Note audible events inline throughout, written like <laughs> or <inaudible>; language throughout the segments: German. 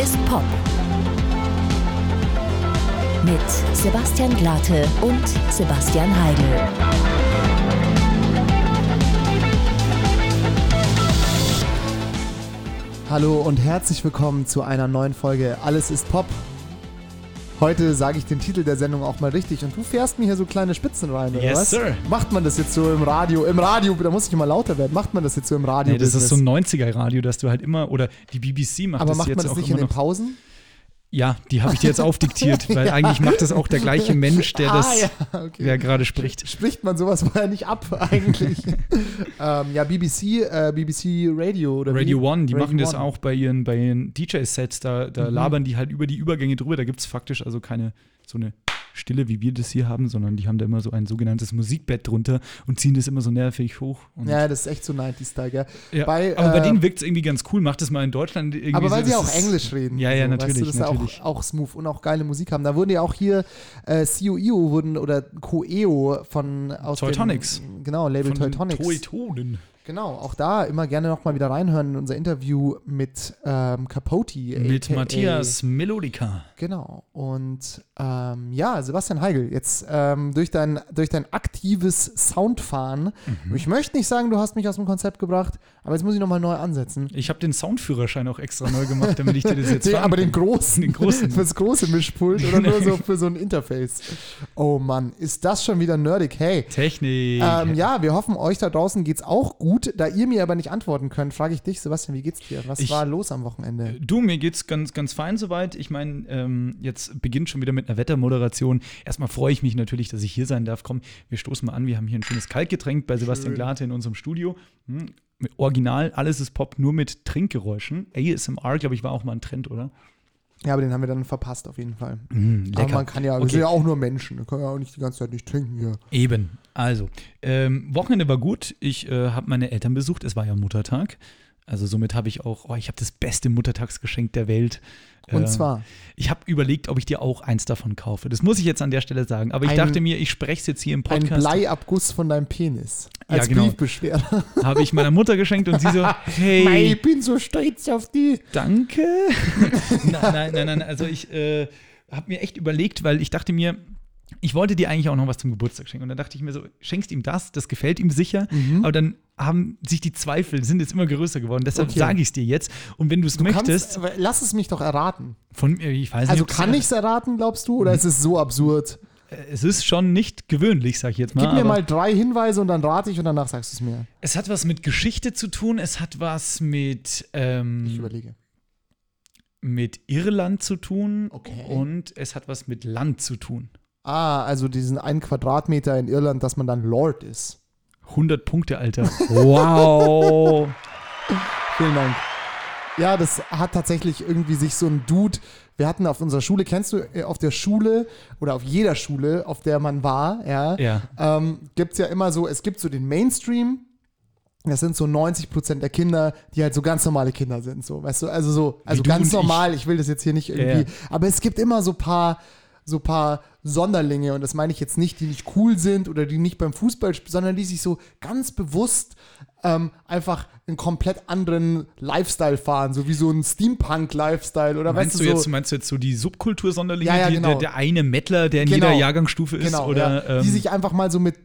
ist Pop. Mit Sebastian Glatte und Sebastian Heidel. Hallo und herzlich willkommen zu einer neuen Folge Alles ist Pop. Heute sage ich den Titel der Sendung auch mal richtig und du fährst mir hier so kleine Spitzen rein, oder Yes, was? sir. Macht man das jetzt so im Radio? Im Radio, da muss ich mal lauter werden. Macht man das jetzt so im Radio? Nee, das ist so ein 90er-Radio, dass du halt immer, oder die BBC macht Aber das macht jetzt man das auch nicht in immer den noch. Pausen? ja, die habe ich dir <laughs> jetzt aufdiktiert, weil eigentlich macht das auch der gleiche Mensch, der das, <laughs> ah, ja, okay. der gerade spricht. spricht man sowas mal nicht ab <laughs> eigentlich. ähm, ja, BBC, äh, BBC Radio oder wie? Radio One, die Radio machen das One. Mhm. auch bei ihren, bei ihren DJ-Sets, da, da labern die halt über die Übergänge drüber. Da gibt es faktisch also keine so eine Stille, wie wir das hier haben, sondern die haben da immer so ein sogenanntes Musikbett drunter und ziehen das immer so nervig hoch. Und Ja, das ist echt so 90s-Style, gell? Ja, bei, aber bei äh, denen wirkt es irgendwie ganz cool. Macht es mal in Deutschland irgendwie. Aber weil sie so, das auch ist- Englisch reden. Ja, ja, so, natürlich, Weißt du, dass natürlich. sie auch, auch smooth und auch geile Musik haben. Da wurden ja auch hier äh, COEO wurden, oder Coeo von aus Teutonics. Dem, genau, Label Von den Teutonics. Teutonen. genau, auch da immer gerne nochmal wieder reinhören in unser Interview mit ähm, Capote. Mit aka. Matthias Melodica. Genau. Und ähm, ja, Sebastian Heigl, jetzt ähm, durch, dein, durch dein aktives Soundfahren, Mhm. ich möchte nicht sagen, du hast mich aus dem Konzept gebracht, aber jetzt muss ich nochmal neu ansetzen. Ich habe den Soundführerschein auch extra neu gemacht, damit ich dir das <laughs> jetzt Den, fahren aber den kann. großen, Den <laughs> großen. fürs große Mischpult oder nur <laughs> so für so ein Interface. Oh Mann, ist das schon wieder nerdig. Hey, Technik. ähm, ja, wir hoffen, euch da draußen geht's auch gut. Da ihr mir aber nicht antworten könnt, frage ich dich, Sebastian, wie geht's dir? Was Ich- Äh, war los am Wochenende? Du, mir geht's ganz, ganz fein soweit. Ich meine, ähm, jetzt beginnt schon wieder mit einer Wettermoderation. Erstmal freue ich mich natürlich, dass ich hier sein darf. Komm, wir stoßen mal an. Wir haben hier ein schönes Kaltgetränk bei Sebastian Glate in unserem Studio. Hm. Original, alles ist Pop, nur mit Trinkgeräuschen. ASMR, glaube ich, war auch mal ein Trend, oder? Ja, aber den haben wir dann verpasst auf jeden Fall. Aber Mm, lecker. man kann ja, wir Okay. sind ja auch nur Menschen, wir können ja auch nicht die ganze Zeit nicht trinken hier. Eben. Also, ähm, Wochenende war gut. Ich äh, habe meine Eltern besucht. Es war ja Muttertag. Also somit habe ich auch, oh, ich habe das beste Muttertagsgeschenk der Welt. Und Ähm, zwar, ich habe überlegt, ob ich dir auch eins davon kaufe. Das muss ich jetzt an der Stelle sagen. Aber ich Ein- dachte mir, ich spreche es jetzt hier im ein Podcast. Bleiabguss von deinem Penis. Ja, Als genau. Briefbeschwerer. Habe ich meiner Mutter geschenkt und sie <laughs> so, Mei, hey, ich bin so stolz auf die. danke. <laughs> nein, nein, nein, nein. Also ich äh, habe mir echt überlegt, weil ich dachte mir, ich wollte dir eigentlich auch noch was zum Geburtstag schenken. Und dann dachte ich mir so, schenkst ihm das, das gefällt ihm sicher. Mhm. Aber dann haben sich die Zweifel, sind jetzt immer größer geworden. Deshalb Okay. sage ich es dir jetzt. Und wenn du es möchtest, Kannst, lass es mich doch erraten. von mir, ich weiß Also nicht. ob's- kann ich es erraten, glaubst du? Oder ist es so absurd? Es ist schon nicht gewöhnlich, sag ich jetzt mal. Gib mir aber- mal drei Hinweise und dann rate ich und danach sagst du es mir. Es hat was mit Geschichte zu tun, es hat was mit, Ich ähm, überlege. mit Irland zu tun Okay. und es hat was mit Land zu tun. Ah, also diesen einen Quadratmeter in Irland, dass man dann Lord ist. 100 Punkte, Alter. Wow. Vielen Dank. Ja, das hat tatsächlich irgendwie sich so ein Dude. Wir hatten auf unserer Schule, kennst du, äh, auf der Schule oder auf jeder Schule, auf der man war, ja, Ja. ähm, gibt es ja immer so, es gibt so den Mainstream. Das sind so 90 Prozent der Kinder, die halt so ganz normale Kinder sind, so, weißt du, also so, also du ganz und ich. normal, ich. will das jetzt hier nicht irgendwie, ja. aber es gibt immer so paar, so paar Sonderlinge und das meine ich jetzt nicht, die nicht cool sind oder die nicht beim Fußball spielen, sondern die sich so ganz bewusst ähm, einfach einen komplett anderen Lifestyle fahren, so wie so ein Steampunk-Lifestyle oder Meinst weißt du, so, jetzt, meinst du jetzt so die Subkultur-Sonderlinge, Ja, ja, die- genau. der, der eine Mettler, der in Genau. jeder Jahrgangsstufe ist? Genau, oder, ja. ähm, die sich einfach mal so mit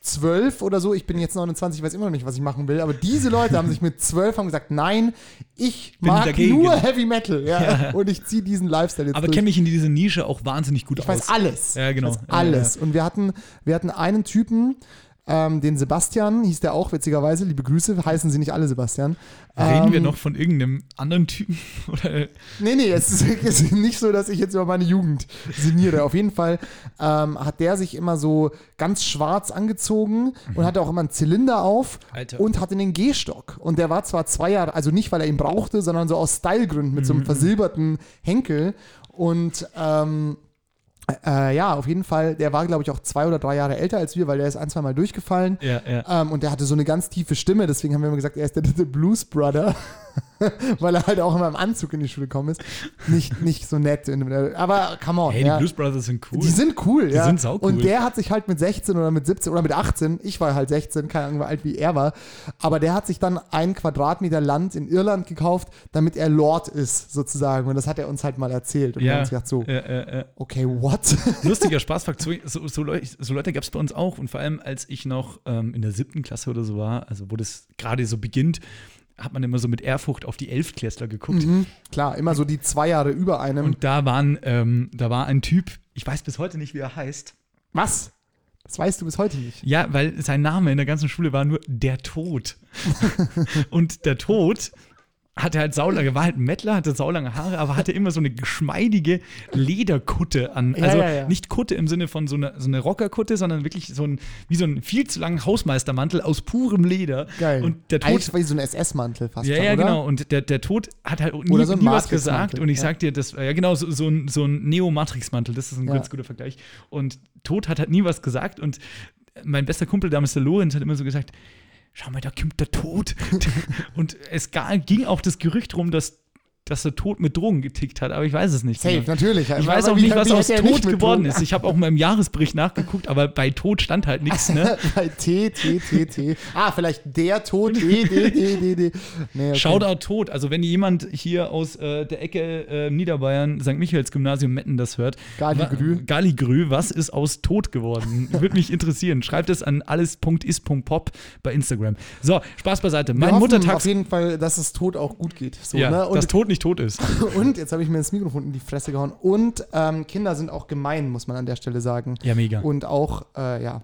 zwölf oder so, ich bin jetzt 29, ich weiß immer noch nicht, was ich machen will, aber diese Leute haben sich mit zwölf haben gesagt, nein, ich Bin mag dagegen. nur Heavy Metal ja, und ich ziehe diesen Lifestyle jetzt aber durch. kenne mich in diese Nische auch wahnsinnig gut Ich weiß aus. alles. Ja, genau. Ich weiß Ja, alles. Und wir hatten, wir hatten einen Typen, ähm, den Sebastian, hieß der auch, witzigerweise, liebe Grüße, heißen sie nicht alle Sebastian. Reden wir Ähm, noch von irgendeinem anderen Typen? <laughs> Oder, Nee, nee, es ist, es ist <laughs> nicht so, dass ich jetzt über meine Jugend sinniere. Auf jeden Fall ähm, hat der sich immer so ganz schwarz angezogen und hatte auch immer einen Zylinder auf Mhm. Alter. und hatte einen Gehstock. Und der war zwar zwei Jahre, also nicht, weil er ihn brauchte, sondern so aus Stylegründen mit so Mhm. einem versilberten Henkel. Und ähm, äh, ja, auf jeden Fall, der war, glaube ich, auch zwei oder drei Jahre älter als wir, weil der ist ein, zwei Mal durchgefallen. ja, ja. Ähm, und der hatte so eine ganz tiefe Stimme, deswegen haben wir immer gesagt, er ist der, der Blues Brother. <laughs> weil er halt auch in meinem Anzug in die Schule gekommen ist, nicht, nicht so nett. In, aber come on. Hey, die ja. Blues Brothers sind cool. Die sind cool, Die ja. sind saucool. Und der hat sich halt mit 16 oder mit 17 oder mit 18, ich war halt 16, keine Ahnung, wie alt wie er war, aber der hat sich dann einen Quadratmeter Land in Irland gekauft, damit er Lord ist, sozusagen. Und das hat er uns halt mal erzählt. Und wir haben ja. uns gedacht so, äh, äh, äh. okay, what? <laughs> Lustiger Spaßfakt, so, so, so, Leu- so Leute gab es bei uns auch. Und vor allem, als ich noch ähm, in der siebten Klasse oder so war, also wo das gerade so beginnt, hat man immer so mit Ehrfurcht auf die Elftklässler geguckt. Mhm. Klar, immer so die zwei Jahre über einem. Und da waren, ähm, da war ein Typ, ich weiß bis heute nicht, wie er heißt. was? Das weißt du bis heute nicht. Ja, weil sein Name in der ganzen Schule war nur der Tod. <laughs> und der Tod hatte halt saulange, war halt ein Mettler, hatte saulange Haare, aber hatte immer so eine geschmeidige Lederkutte an. Ja, Also ja, ja. nicht Kutte im Sinne von so einer so eine Rockerkutte, sondern wirklich so ein, wie so ein viel zu langen Hausmeistermantel aus purem Leder. Geil. Und der Tod Eigentlich wie so ein SS-Mantel fast ja, schon, ja, oder? genau. Und der, der Tod hat halt nie, Oder so ein nie was Matrixmantel, gesagt. Und ich ja. sag dir, das ja genau, so, so ein, so ein Neo-Matrix-Mantel, das ist ein Ja. ganz guter Vergleich. Und Tod hat halt nie was gesagt. Und mein bester Kumpel damals, der Lorenz, hat immer so gesagt, schau mal, da kommt der Tod. <laughs> und es ga- ging auch das Gerücht rum, dass, dass der Tod mit Drogen getickt hat, aber ich weiß es nicht. Safe, ne? genau. natürlich. Ich weiß auch nicht, was aus Tod <laughs> geworden ist. Ich habe auch mal im Jahresbericht nachgeguckt, aber bei Tod stand halt nichts, ne? Bei T, T, T, T. Ah, vielleicht der Tod. D, D, D, D, D. Nee, okay. Shoutout tot. Also wenn jemand hier aus äh, der Ecke äh, Niederbayern, St. Michaels Gymnasium Metten das hört. Galigrü. wa- Galigrü, was ist aus tot geworden? Würde mich interessieren. Schreibt es an alles.is.pop bei Instagram. So, Spaß beiseite. Wir Mein hoffen Muttertag. Auf jeden Fall, dass es Tod auch gut geht. So, ja, ne? dass und, tot nicht tot ist. <laughs> und jetzt habe ich mir ins Mikrofon in die Fresse gehauen. Und ähm, Kinder sind auch gemein, muss man an der Stelle sagen. Ja, mega. Und auch, äh, ja,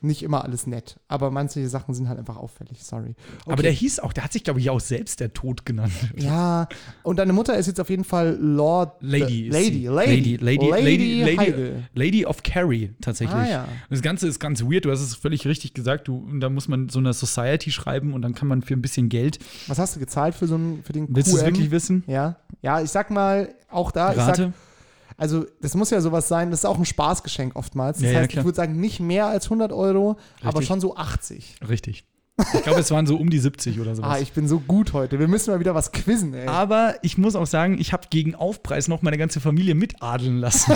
nicht immer alles nett. Aber manche Sachen sind halt einfach auffällig. Sorry. Aber der hieß auch, der hat sich, glaube ich, auch selbst der Tod genannt. Ja, und deine Mutter ist jetzt auf jeden Fall Lord. Lady, ist Lady, sie. Lady, Lady, Lady, Lady, äh, Heidel. Lady of Carrie tatsächlich. Ah, ja. Das Ganze ist ganz weird. Du hast es völlig richtig gesagt. Du, da muss man so eine Society schreiben und dann kann man für ein bisschen Geld. Was hast du gezahlt für so einen, für den Willst du es QM? wirklich wissen? Ja. Ja, ich sag mal, auch da, ich sag, Rate? also das muss ja sowas sein, das ist auch ein Spaßgeschenk oftmals. Das Ja, ja, heißt, ich klar. würde sagen, nicht mehr als 100 Euro, aber Richtig. schon so 80. Richtig. Ich glaube, es waren so um die 70 oder sowas. Ah, ich bin so gut heute. Wir müssen mal wieder was quizzen, ey. aber ich muss auch sagen, ich habe gegen Aufpreis noch meine ganze Familie <laughs> mitadeln lassen.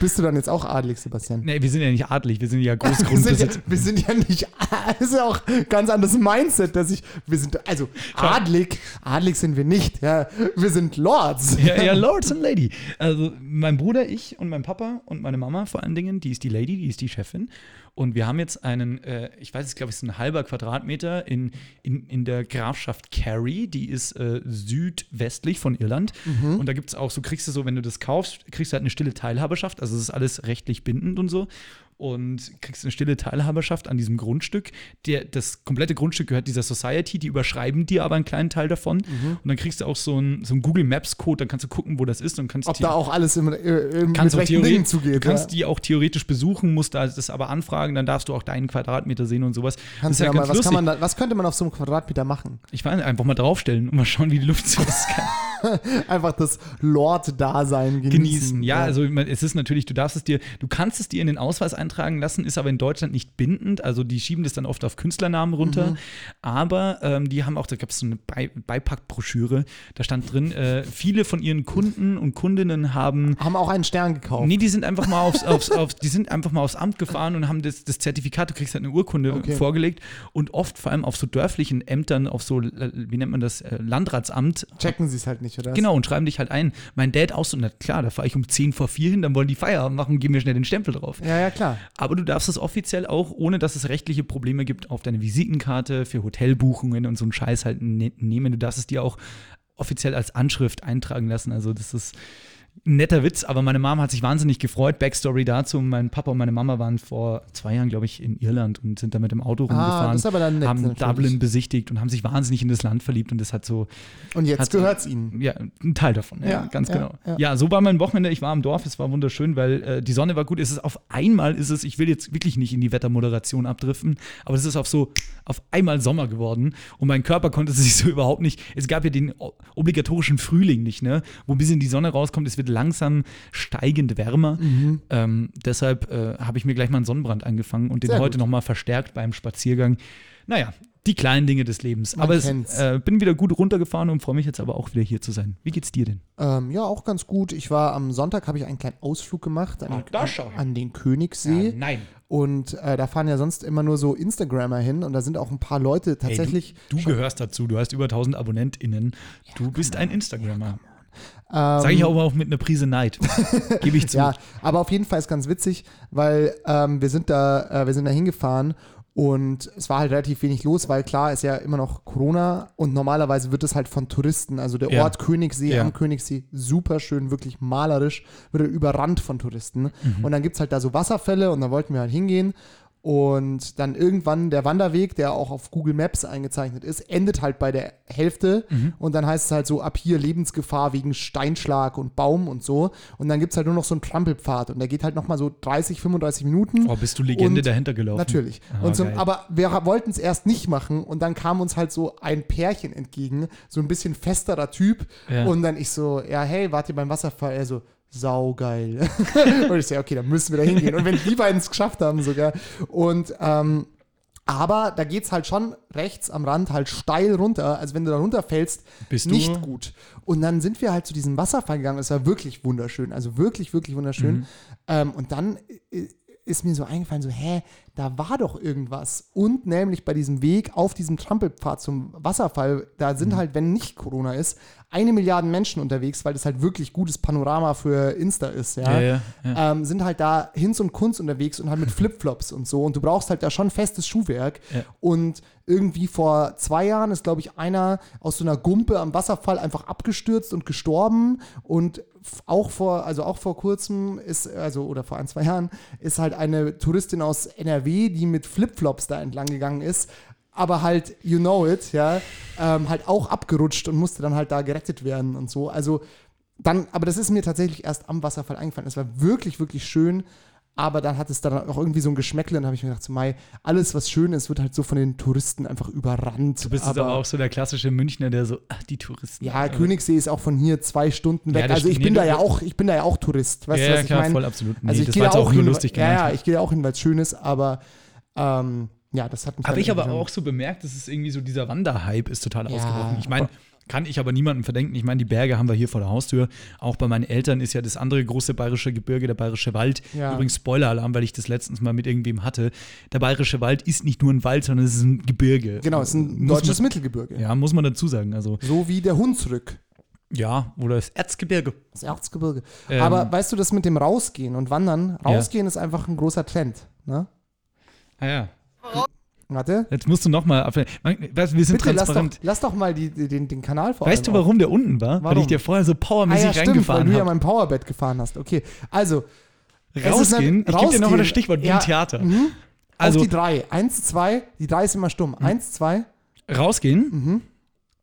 Bist du dann jetzt auch adelig, Sebastian? nee, wir sind ja nicht adelig, wir sind ja Wir sind ja, Großgrundbesitzer. wir sind ja nicht, <laughs> das ist ja auch ein ganz anderes Mindset, dass ich, wir sind, also adelig, adelig sind wir nicht, ja, wir sind Lords. Ja, ja, Lords and Lady. Also mein Bruder, ich und mein Papa und meine Mama vor allen Dingen, die ist die Lady, die ist die Chefin. Und wir haben jetzt einen, äh, ich weiß es, glaube ich, es ist ein halber Quadratmeter in, in, in der Grafschaft Kerry, die ist äh, südwestlich von Irland. Und da gibt es auch, so kriegst du so, wenn du das kaufst, kriegst du halt eine stille Teilhaberschaft. Also es ist alles rechtlich bindend und so. Und kriegst eine stille Teilhaberschaft an diesem Grundstück. Der, das komplette Grundstück gehört dieser Society, die überschreiben dir aber einen kleinen Teil davon. Mhm. Und dann kriegst du auch so einen so einen Google Maps-Code, dann kannst du gucken, wo das ist und kannst Ob die- da auch alles im, äh, im mit kannst auch rechten theoretisch- Dingen zugeht. Du kannst ja. die auch theoretisch besuchen, musst da das aber anfragen, dann darfst du auch deinen Quadratmeter sehen und sowas. kannst das du ist ja da mal, ganz was, lustig. kann man da, was könnte man auf so einem Quadratmeter machen? ich weiß nicht, einfach mal draufstellen und mal schauen, wie die Luft so <laughs> was kann. Einfach das Lord-Dasein genießen. genießen. Ja, also ich meine, es ist natürlich, du darfst es dir, du kannst es dir in den Ausweis eintragen lassen, ist aber in Deutschland nicht bindend. Also die schieben das dann oft auf Künstlernamen runter. Aber ähm, die haben auch, da gab es so eine Bei Beipackbroschüre, da stand drin, äh, viele von ihren Kunden und Kundinnen haben Haben auch einen Stern gekauft. Nee, die sind einfach mal aufs, aufs, aufs, die sind einfach mal aufs Amt gefahren und haben das, das Zertifikat, du kriegst halt eine Urkunde Okay. vorgelegt und oft vor allem auf so dörflichen Ämtern, auf so, äh, wie nennt man das, äh, Landratsamt, Checken sie es halt nicht, oder? Genau, und schreiben dich halt ein. Mein Dad auch so, na klar, da fahre ich um 10 vor 4 hin, dann wollen die Feierabend machen, geben mir schnell den Stempel drauf. Ja, ja, klar. Aber du darfst es offiziell auch, ohne dass es rechtliche Probleme gibt, auf deine Visitenkarte für Hotelbuchungen und so einen Scheiß halt ne nehmen. Du darfst es dir auch offiziell als Anschrift eintragen lassen. Also das ist ein netter Witz, aber meine Mama hat sich wahnsinnig gefreut. Backstory dazu, mein Papa und meine Mama waren vor zwei Jahren, glaube ich, in Irland und sind da mit dem Auto rumgefahren, Ah, das ist aber dann nett, haben natürlich. Dublin besichtigt und haben sich wahnsinnig in das Land verliebt und das hat so Und jetzt Hat- gehört es ihnen. ja, ein Teil davon, ja, Ja, ganz ja, genau. ja. Ja. so war mein Wochenende. Ich war im Dorf, es war wunderschön, weil äh, die Sonne war gut. Es ist auf einmal ist es, ich will jetzt wirklich nicht in die Wettermoderation abdriften, aber es ist auf so auf einmal Sommer geworden und mein Körper konnte <laughs> sich so überhaupt nicht. Es gab ja den o- obligatorischen Frühling nicht, ne, wo ein bisschen die Sonne rauskommt. Es wird langsam steigend wärmer. Mhm. Ähm, deshalb äh, habe ich mir gleich mal einen Sonnenbrand angefangen und den Sehr heute gut. noch mal verstärkt beim Spaziergang. Naja, Die kleinen Dinge des Lebens. Man aber es, kennt's. äh, bin wieder gut runtergefahren und freue mich jetzt aber auch wieder hier zu sein. Wie geht's dir denn? Ähm, ja, auch ganz gut. Ich war am Sonntag, habe ich einen kleinen Ausflug gemacht an, Ah, den, da an, schau. an den Königssee. nein. Und äh, da fahren ja sonst immer nur so Instagrammer hin und da sind auch ein paar Leute tatsächlich. Tatsächlich. du, gehörst dazu. Du hast über 1000 AbonnentInnen. Du bist ein Instagrammer. Sage ich aber auch mit einer Prise Neid. Gebe ich zu. Ähm, <laughs> Ja, aber auf jeden Fall ist ganz witzig, weil ähm, wir sind da, äh, wir sind da hingefahren und es war halt relativ wenig los, weil klar ist ja immer noch Corona und normalerweise wird es halt von Touristen, also der Ja. Ort Königssee Ja. am Königssee, super schön, wirklich malerisch, wird er überrannt von Touristen. Und dann gibt es halt da so Wasserfälle und da wollten wir halt hingehen. Und dann irgendwann der Wanderweg, der auch auf Google Maps eingezeichnet ist, endet halt bei der Hälfte. Und dann heißt es halt so, ab hier Lebensgefahr wegen Steinschlag und Baum und so. Und dann gibt es halt nur noch so einen Trampelpfad. Und der geht halt nochmal so 30, 35 Minuten. Oh, bist du Legende Und dahinter gelaufen? Natürlich. Ah, und so, geil. aber wir wollten es erst nicht machen und dann kam uns halt so ein Pärchen entgegen, so ein bisschen festerer Typ. Ja. Und dann ich so, ja, hey, wart ihr beim Wasserfall? Er so, saugeil. <laughs> und ich so, ja, okay, dann müssen wir da hingehen. Und wenn die beiden es geschafft haben sogar. Und ähm, aber da geht es halt schon rechts am Rand halt steil runter. Also wenn du da runterfällst, Bist du- nicht gut. Und dann sind wir halt zu diesem Wasserfall gegangen. Es war wirklich wunderschön. Also wirklich, wirklich wunderschön. Mhm. Ähm, und dann äh, ist mir so eingefallen, so, hä, da war doch irgendwas. Und nämlich bei diesem Weg auf diesem Trampelpfad zum Wasserfall, da Mhm. sind halt, wenn nicht Corona ist, eine Milliarde Menschen unterwegs, weil das halt wirklich gutes Panorama für Insta ist, ja. Ja, ja, Ähm, sind halt da Hinz und Kunz unterwegs und halt <laughs> mit Flipflops und so. Und du brauchst halt da schon festes Schuhwerk. Ja. Und irgendwie vor zwei Jahren ist, glaube ich, einer aus so einer Gumpe am Wasserfall einfach abgestürzt und gestorben. Und f- auch vor, also auch vor kurzem ist, also oder vor ein, zwei Jahren, ist halt eine Touristin aus NRW, die mit Flipflops da entlang gegangen ist. Aber halt, you know it, ja, ähm, halt auch abgerutscht und musste dann halt da gerettet werden und so. Also dann, aber das ist mir tatsächlich erst am Wasserfall eingefallen. Es war wirklich, wirklich schön. Aber dann hat es dann auch irgendwie so ein Geschmäckle und habe ich mir gedacht, so, Mai, alles, was schön ist, wird halt so von den Touristen einfach überrannt. Du bist aber, jetzt aber auch so der klassische Münchner, der so, ach, die Touristen. ja, Aber- Königssee ist auch von hier zwei Stunden Ja, weg. das also ich stimmt. bin Nee, da du- ja auch, ich bin da ja auch Tourist. Weißt Ja, du, ja, was klar, ich meine? voll absolut. Nee, also ich das gehe war da jetzt auch nur hin, lustig gemeint. Ja, ja, ich gehe da auch hin, weil es schön ist, aber ähm, ja, das hat mich Habe dann ich aber irgendwie- auch so bemerkt, dass es irgendwie so dieser Wanderhype ist total Ja. ausgebrochen. Ich meine, kann ich aber niemandem verdenken. Ich meine, die Berge haben wir hier vor der Haustür. Auch bei meinen Eltern ist ja das andere große bayerische Gebirge, der bayerische Wald. Ja. Übrigens Spoiler-Alarm, weil ich das letztens mal mit irgendwem hatte. Der bayerische Wald ist nicht nur ein Wald, sondern es ist ein Gebirge. Genau, es ist ein Muss deutsches man, Mittelgebirge. Ja, muss man dazu sagen. Also, So wie der Hunsrück. ja, oder das Erzgebirge. Das Erzgebirge. Ähm. Aber weißt du, das mit dem Rausgehen und Wandern, Rausgehen ist einfach ein großer Trend. Ne? Ah ja. Warte. Jetzt musst du nochmal. Wir Bitte sind lass doch, transparent. lass doch mal die, die, den, den Kanal vor Weißt du, allem auf. warum der unten war? Weil Warum? ich dir vorher so Ah powermäßig ja, stimmt, weil reingefahren du habe. ja mein Powerbett gefahren hast. Okay, also Es ist Rausgehen. nicht- Ich gebe dir nochmal rausgehen. das Stichwort wie Ja. Mhm. im Theater. auf Also Hm. die drei. Eins, zwei. Die drei ist immer stumm. Eins, zwei. rausgehen.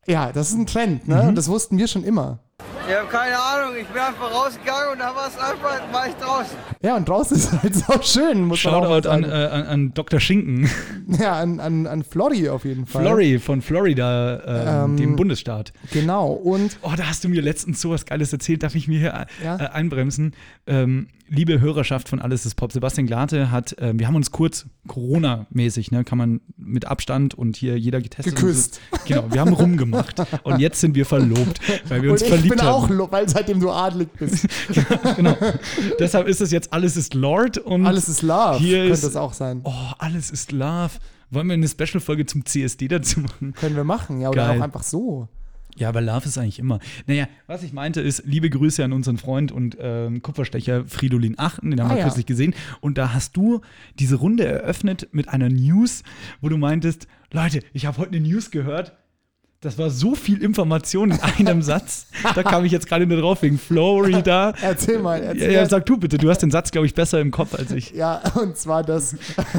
Ja, das ist ein Trend, ne? Mhm. Das wussten wir schon immer. Ich habe keine Ahnung, ich bin einfach rausgegangen und da war es einfach, war ich draußen. Ja, und draußen ist halt so schön, muss man auch mal Shoutout an, sagen. äh, an, an Dr. Schinken. <laughs> ja, an, an, an Flori auf jeden Fall. Flory von Florida, äh, dem Bundesstaat. Genau, und Oh, da hast du mir letztens sowas Geiles erzählt, darf ich mir hier Ja. äh, einbremsen. Ähm, liebe Hörerschaft von Alles ist Pop, Sebastian Glate hat, äh, wir haben uns kurz Corona-mäßig, ne, kann man mit Abstand und hier jeder getestet. Geküsst. Und so, genau, wir <laughs> haben rumgemacht und jetzt sind wir verlobt, weil wir und uns ich verliebt bin haben. auch, lo- weil seitdem du adlig <laughs> bist. genau. Deshalb ist es jetzt Alles ist Lord und Alles ist Love, Hier könnte ist- es auch sein. Oh, alles ist Love. Wollen wir eine Special-Folge zum CSD dazu machen? Können wir machen, ja, oder Geil. auch einfach so. Ja, aber Love ist eigentlich immer. Naja, was ich meinte ist, liebe Grüße an unseren Freund und ähm, Kupferstecher Fridolin Achten, den haben Ah, wir ja. kürzlich gesehen. Und da hast du diese Runde eröffnet mit einer News, wo du meintest, Leute, ich habe heute eine News gehört. Das war so viel Information <laughs> in einem Satz. Da kam ich jetzt gerade nur drauf wegen Florida. Erzähl mal, Ja, erzähl. ja, sag du bitte. Du hast den Satz, glaube ich, besser im Kopf als ich. Ja, und zwar das.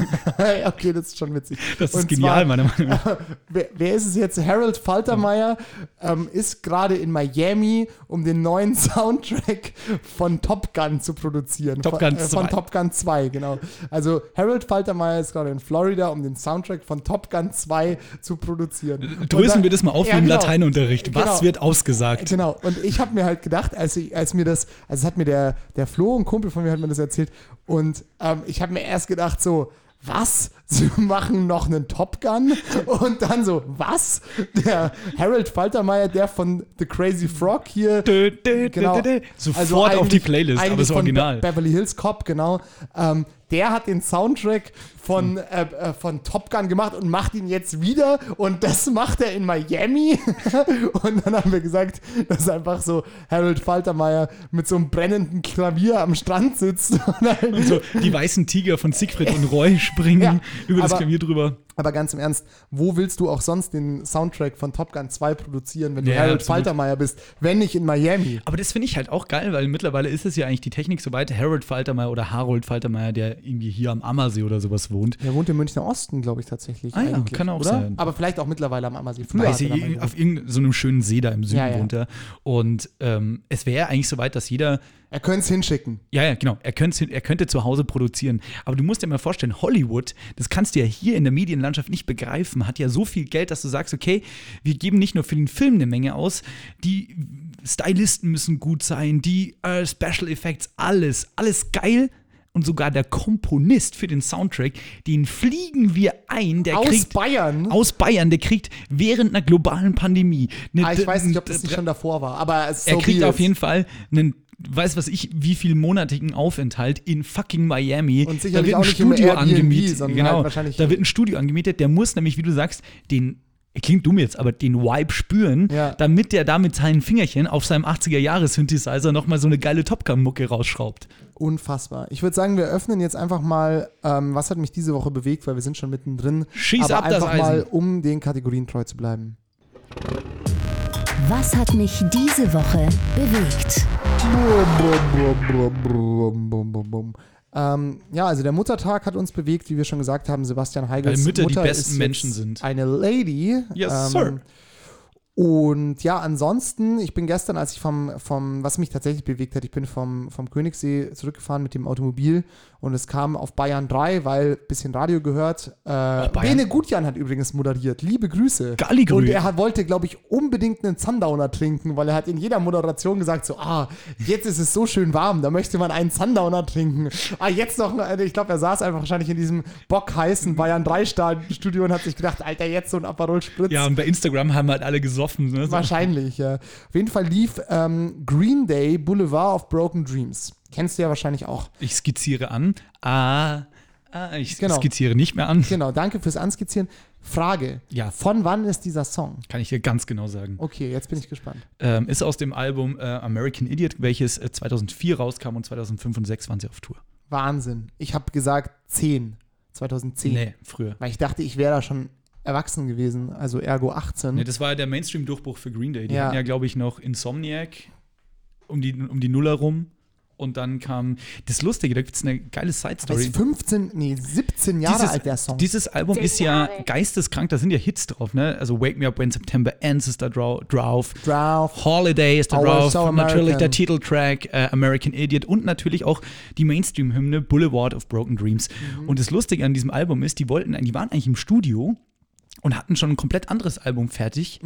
<laughs> okay, das ist schon witzig. Das ist und zwar, genial, meiner <laughs> Meinung nach. Wer, wer ist es jetzt? Harold Faltermeier ähm, ist gerade in Miami, um den neuen <laughs> Soundtrack von Top Gun zu produzieren. Top von, äh, Gun 2. von Top Gun 2, genau. Also Harold Faltermeier ist gerade in Florida, um den Soundtrack von Top Gun 2 zu produzieren. Und Drösen da- wir das mal auf Ja, im genau. Lateinunterricht. Was Genau. wird ausgesagt? Genau, und ich habe mir halt gedacht, als, ich, als mir das, also es hat mir der, der Flo, ein Kumpel von mir, hat mir das erzählt und ähm, ich habe mir erst gedacht so, was? <laughs> sie machen noch einen Top Gun <laughs> und dann so, was? Der Harold Faltermeier, der von The Crazy Frog hier Dö, dö, dö, Genau. dö, dö. Sofort Also auf die eigentlich- Playlist, aber eigentlich das von Original. Be Beverly Hills Cop, genau. Ähm, der hat den Soundtrack Hm. von, äh, äh, von Top Gun gemacht und macht ihn jetzt wieder. Und das macht er in Miami. <laughs> und dann haben wir gesagt, dass einfach so Harold Faltermeier mit so einem brennenden Klavier am Strand sitzt. <laughs> Und dann- So, die weißen Tiger von Siegfried und Roy <laughs> springen Ja, über das aber- Klavier drüber. Aber ganz im Ernst, wo willst du auch sonst den Soundtrack von Top Gun 2 produzieren, wenn du Ja, Harold absolut. Faltermeier bist, wenn nicht in Miami? Aber das finde ich halt auch geil, weil mittlerweile ist es ja eigentlich die Technik, soweit Harold Faltermeier oder Harold Faltermeier, der irgendwie hier am Ammersee oder sowas wohnt. Der wohnt im Münchner Osten, glaube ich, tatsächlich. Ah ja, kann auch oder? sein. Aber vielleicht auch mittlerweile am Ammersee. Früher Weiß hat er ich, da mal gewohnt. auf irgendeinem so einem schönen See da im Süden Ja, ja. wohnt er. Und ähm, es wäre eigentlich soweit, dass jeder Er könnte es hinschicken. Ja, ja, genau. Er könnte, er könnte zu Hause produzieren. Aber du musst dir mal vorstellen, Hollywood, das kannst du ja hier in der Medienlandschaft nicht begreifen, hat ja so viel Geld, dass du sagst, okay, wir geben nicht nur für den Film eine Menge aus, die Stylisten müssen gut sein, die äh, Special Effects, alles, alles geil. Und sogar der Komponist für den Soundtrack, den fliegen wir ein, der Aus kriegt. Bayern? Aus Bayern, der kriegt während einer globalen Pandemie. eine- Ah, ich weiß nicht, ob das nicht schon davor war, aber es ist er so kriegt weird. auf jeden Fall einen, weiß was ich, wie viel monatigen Aufenthalt in fucking Miami. Und sicherlich auch nicht im Airbnb, sondern genau, halt wahrscheinlich- da wird ein Studio angemietet. Der muss nämlich, wie du sagst, den klingt dumm jetzt, aber den Vibe spüren, Ja. damit der da mit seinen Fingerchen auf seinem 80er-Jahre-Synthesizer nochmal so eine geile Top Gun-Mucke rausschraubt. Unfassbar. Ich würde sagen, wir öffnen jetzt einfach mal, ähm, was hat mich diese Woche bewegt, weil wir sind schon mittendrin. Schieß aber ab, das einfach mal, Eisen. um den Kategorien treu zu bleiben. Was hat mich diese Woche bewegt? Ähm, ja, also der Muttertag hat uns bewegt, wie wir schon gesagt haben. Sebastian Heigels Weil Mütter die Mutter besten ist Menschen jetzt sind. Eine Lady. Yes, Ähm, sir. Und ja, ansonsten, ich bin gestern, als ich vom, vom was mich tatsächlich bewegt hat, ich bin vom, vom Königssee zurückgefahren mit dem Automobil und es kam auf Bayern 3, weil bisschen Radio gehört. Äh, Bayern. Bene Gutjan hat übrigens moderiert. Liebe Grüße. Galligrü. Und er hat, wollte, glaube ich, unbedingt einen Sundowner trinken, weil er hat in jeder Moderation gesagt, so, ah, jetzt ist es so schön warm, da möchte man einen Sundowner trinken. Ah, jetzt noch, ein- ich glaube, er saß einfach wahrscheinlich in diesem bockheißen Bayern 3-Studio und hat sich gedacht, Alter, jetzt so ein Aperol Spritz. Ja, und bei Instagram haben halt alle gesoffen. Ne? So, Wahrscheinlich, ja. Auf jeden Fall lief ähm, Green Day Boulevard of Broken Dreams. Kennst du ja wahrscheinlich auch. ich skizziere an. Ah, ah ich Genau. skizziere nicht mehr an. Genau, danke fürs Anskizzieren. Frage. Ja. Von wann ist dieser Song? Kann ich dir ganz genau sagen. Okay, jetzt bin ich gespannt. Ähm, ist aus dem Album äh, American Idiot, welches äh, 2004 rauskam und 2005 und 2006 waren sie auf Tour. Wahnsinn. Ich habe gesagt 10. 2010. Nee, früher. Weil ich dachte, ich wäre da schon erwachsen gewesen, also ergo 18. Nee, das war ja der Mainstream-Durchbruch für Green Day. Die Ja. hatten ja, glaube ich, noch Insomniac um die, um die Nuller rum. Und dann kam das Lustige, da gibt es eine geile Der Side-Story. ist 15, nee, 17 Jahre dieses, alt, der Song. Dieses Album ist ja geisteskrank, da sind ja Hits drauf, ne? Also Wake Me Up When September Ends ist da drau drauf. Drauf. Holiday ist da Our drauf. So natürlich der American. Titeltrack äh, American Idiot und natürlich auch die Mainstream-Hymne Boulevard of Broken Dreams. Mhm. Und das Lustige an diesem Album ist, die wollten, die waren eigentlich im Studio und hatten schon ein komplett anderes Album fertig.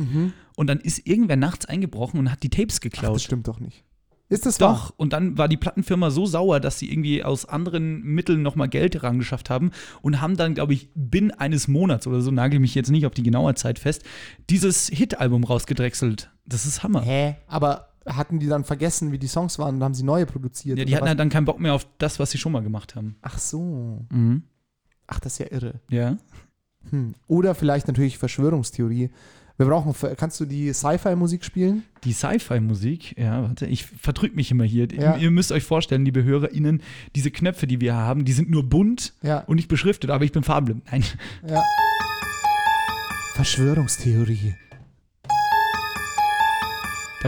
Und dann ist irgendwer nachts eingebrochen und hat die Tapes Mhm. Das geklaut. stimmt doch nicht. Ist das wahr? Doch, und dann war die Plattenfirma so sauer, dass sie irgendwie aus anderen Mitteln nochmal Geld herangeschafft haben und haben dann, glaube ich, binnen eines Monats oder so, nagel mich jetzt nicht auf die genaue Zeit fest, dieses Hit-Album rausgedrechselt. Das ist Hammer. Hä? Aber hatten die dann vergessen, wie die Songs waren und haben sie neue produziert? Ja, die oder hatten was? halt dann keinen Bock mehr auf das, was sie schon mal gemacht haben. Ach so. Ach, das ist ja irre. Hm. Ja. Oder vielleicht natürlich Verschwörungstheorie. Wir brauchen, kannst du die Sci-Fi-Musik spielen? Die Sci-Fi-Musik, ja, warte, ich verdrück mich immer hier. Ja. Ihr müsst euch vorstellen, liebe HörerInnen, diese Knöpfe, die wir haben, die sind nur bunt Ja. und nicht beschriftet, aber ich bin farbenblind. <laughs> Nein. Ja. Verschwörungstheorie. Da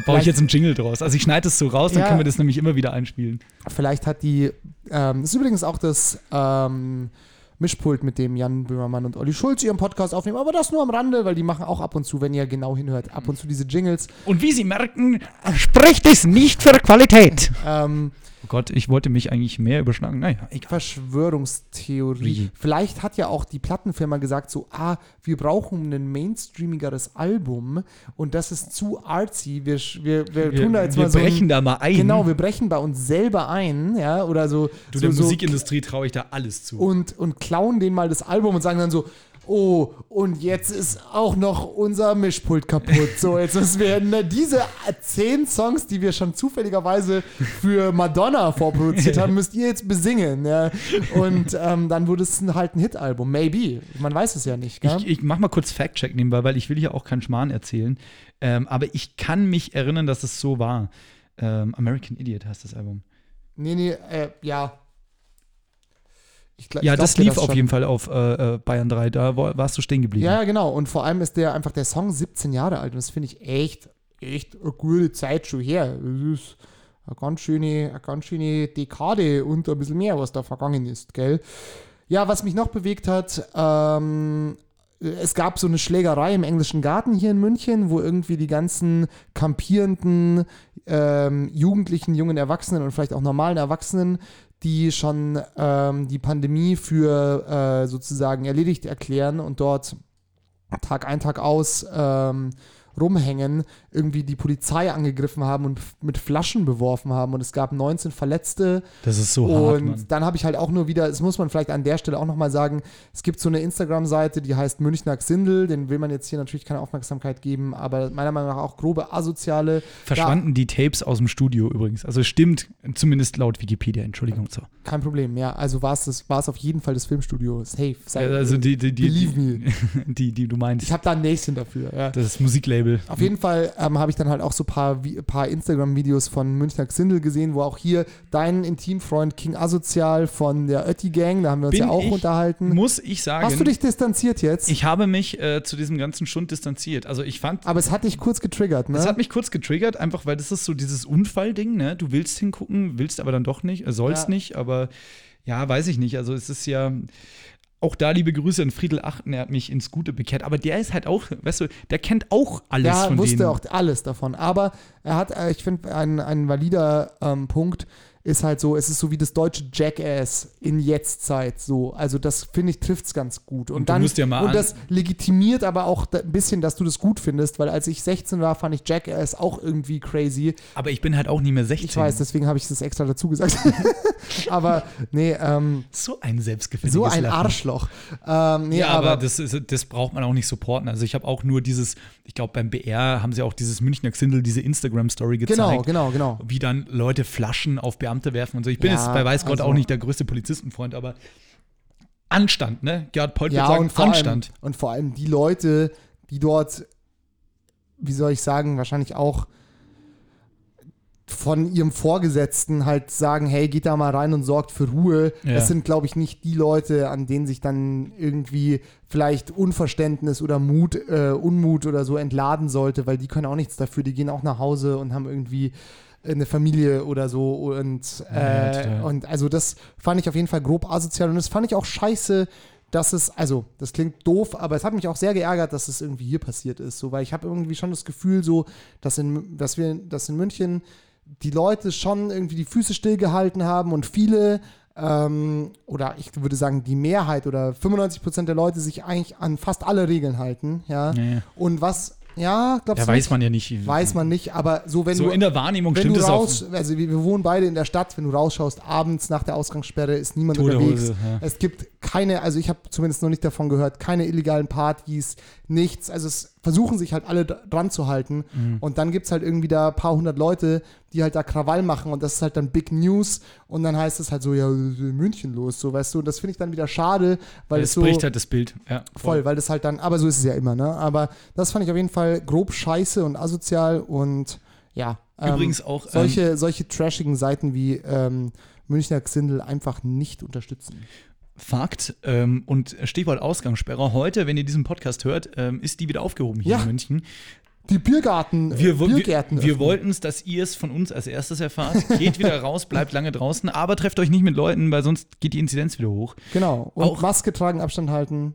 baue ich Vielleicht- jetzt einen Jingle draus. Also ich schneide es so raus, dann Ja. können wir das nämlich immer wieder einspielen. Vielleicht hat die, ähm, das ist übrigens auch das ähm, Mischpult, mit dem Jan Böhmermann und Olli Schulz ihren Podcast aufnehmen, aber das nur am Rande, weil die machen auch ab und zu, wenn ihr genau hinhört, ab und zu diese Jingles. Und wie Sie merken, spricht es nicht für Qualität. Ähm, Oh Gott, ich wollte mich eigentlich mehr überschlagen. Naja, egal. Verschwörungstheorie. Wie? Vielleicht hat ja auch die Plattenfirma gesagt, so, ah, wir brauchen ein mainstreamigeres Album und das ist zu artsy. Wir, sch- wir, wir tun da jetzt wir mal so. brechen da mal ein. Genau, wir brechen bei uns selber ein, ja, oder so. du, so, der so Musikindustrie traue ich da alles zu. und, und klauen denen mal das Album und sagen dann so, oh, und jetzt ist auch noch unser Mischpult kaputt. So, jetzt müssen wir na, diese zehn Songs, die wir schon zufälligerweise für Madonna vorproduziert haben, müsst ihr jetzt besingen. Ja? Und ähm, dann wurde es ein, halt ein Hit-Album. Maybe. Man weiß es ja nicht. Gell? Ich, ich mach mal kurz Fact-Check nebenbei, weil ich will hier auch keinen Schmarrn erzählen. Ähm, aber ich kann mich erinnern, dass es so war. Ähm, American Idiot heißt das Album. nee, nee, äh, ja. Ich glaub- Ja, ich glaub das dir lief auf schon. jeden Fall auf äh, äh, Bayern 3. Da war, warst du stehen geblieben. Ja, ja, genau. Und vor allem ist der einfach der Song 17 Jahre alt und das finde ich echt, echt eine gute Zeit schon her. Das ist eine ganz schöne, eine ganz schöne Dekade und ein bisschen mehr, was da vergangen ist, gell? Ja, was mich noch bewegt hat, ähm, es gab so eine Schlägerei im englischen Garten hier in München, wo irgendwie die ganzen kampierenden ähm, Jugendlichen, jungen Erwachsenen und vielleicht auch normalen Erwachsenen, die schon ähm, die Pandemie für äh, sozusagen erledigt erklären und dort Tag ein, Tag aus ähm, rumhängen, irgendwie die Polizei angegriffen haben und f- mit Flaschen beworfen haben und es gab 19 Verletzte Das ist so hart, und Mann. dann habe ich halt auch nur wieder, das muss man vielleicht an der Stelle auch nochmal sagen, es gibt so eine Instagram-Seite, die heißt Münchner Xindel, den will man jetzt hier natürlich keine Aufmerksamkeit geben, aber meiner Meinung nach auch grobe asoziale. Verschwanden die Tapes aus dem Studio übrigens. Also stimmt, zumindest laut Wikipedia, Entschuldigung. So. Da, kein Problem, ja. Also war es das- war es auf jeden Fall das Filmstudio. Safe. safe. Also die, die, die, Believe die, me. <laughs> die, die du Ich meinst. habe da ein Näschen dafür, ja. Das Musiklabel. Auf jeden Fall ähm, habe ich dann halt auch so ein paar, Vi- paar Instagram-Videos von Münchner Xindel gesehen, wo auch hier dein Intimfreund King Asozial von der Ötti-Gang, da haben wir uns Bin ja auch ich- unterhalten. Muss ich sagen. Hast du dich distanziert jetzt? ich habe mich äh, zu diesem ganzen Schund distanziert. Also ich fand, aber es hat dich kurz getriggert, ne? Das hat mich kurz getriggert, einfach weil das ist so dieses Unfallding, ne? Du willst hingucken, willst aber dann doch nicht, äh, sollst Ja. nicht, aber ja, weiß ich nicht. Also es ist ja. Auch da liebe Grüße an Friedel Achten, er hat mich ins Gute bekehrt. Aber der ist halt auch, weißt du, der kennt auch alles Ja, von wusste denen. auch alles davon. Aber er hat, äh, ich finde, ein, ein valider ähm, Punkt ist halt so, es ist so wie das deutsche Jackass in Jetztzeit so. Also das finde ich trifft es ganz gut. Und, Und du dann musst ja mal und an- das legitimiert aber auch da, ein bisschen, dass du das gut findest, weil als ich 16 war, fand ich Jackass auch irgendwie crazy. Aber ich bin halt auch nicht mehr 16. Ich weiß, deswegen habe ich das extra dazu gesagt. <laughs> aber nee, ähm, so ein selbstgefälliges so ein Lachen. Arschloch. Ähm, nee, Ja, aber, das, ist, das braucht man auch nicht supporten. Also ich habe auch nur dieses, ich glaube beim BR haben sie auch dieses Münchner Xindel, diese Instagram-Story gezeigt. genau, genau, genau. wie dann Leute Flaschen auf Beamte werfen und so. Ich bin Ja, jetzt bei Weiß Gott also- auch nicht der größte Polizistenfreund, aber Anstand, ne? Gerhard Polt ja, würde sagen, und vor Anstand. Allem, und vor allem die Leute, die dort, wie soll ich sagen, wahrscheinlich auch von ihrem Vorgesetzten halt sagen, hey, geht da mal rein und sorgt für Ruhe. Ja. Das sind, glaube ich, nicht die Leute, an denen sich dann irgendwie vielleicht Unverständnis oder Mut, äh, Unmut oder so entladen sollte, weil die können auch nichts dafür. Die gehen auch nach Hause und haben irgendwie eine Familie oder so und, Halt, Ja, äh, total. und also das fand ich auf jeden Fall grob asozial und das fand ich auch scheiße, dass es, also das klingt doof, aber es hat mich auch sehr geärgert, dass es irgendwie hier passiert ist, so, weil ich habe irgendwie schon das Gefühl so, dass in, dass wir, dass in München die Leute schon irgendwie die Füße stillgehalten haben und viele ähm, oder ich würde sagen die Mehrheit oder 95 Prozent der Leute sich eigentlich an fast alle Regeln halten, ja, Ja, ja. und was, ja, glaubst Da du weiß nicht? man ja nicht. Weiß man nicht, aber so wenn so du in der Wahrnehmung wenn stimmt du es auch. raus, also wir, wir wohnen beide in der Stadt, wenn du rausschaust, abends nach der Ausgangssperre ist niemand Tote unterwegs. Hose, ja. Es gibt keine, also ich habe zumindest noch nicht davon gehört, keine illegalen Partys, nichts. Also es versuchen sich halt alle dr- dran zu halten. Mhm. Und dann gibt es halt irgendwie da ein paar hundert Leute, die halt da Krawall machen und das ist halt dann Big News. Und dann heißt es halt so, ja, was ist in München los, so weißt du. Und das finde ich dann wieder schade, weil es Es so. bricht halt das Bild. Ja, also Voll, weil das halt dann, aber so ist es ja immer, ne? Aber das fand ich auf jeden Fall grob scheiße und asozial und ja. ähm, Übrigens auch, ähm, Solche, solche trashigen Seiten wie ähm, Münchner Xindel einfach nicht unterstützen. Fakt ähm, und Stichwort Ausgangssperre. Heute, wenn ihr diesen Podcast hört, ähm, ist die wieder aufgehoben hier Ja. in München. Die Biergarten, äh, Wir, wo- Biergärten. wir, wir öffnen. wollten es, dass ihr es von uns als erstes erfahrt. Geht wieder raus, bleibt lange draußen, aber trefft euch nicht mit Leuten, weil sonst geht die Inzidenz wieder hoch. Genau. Und auch- Maske tragen, Abstand halten.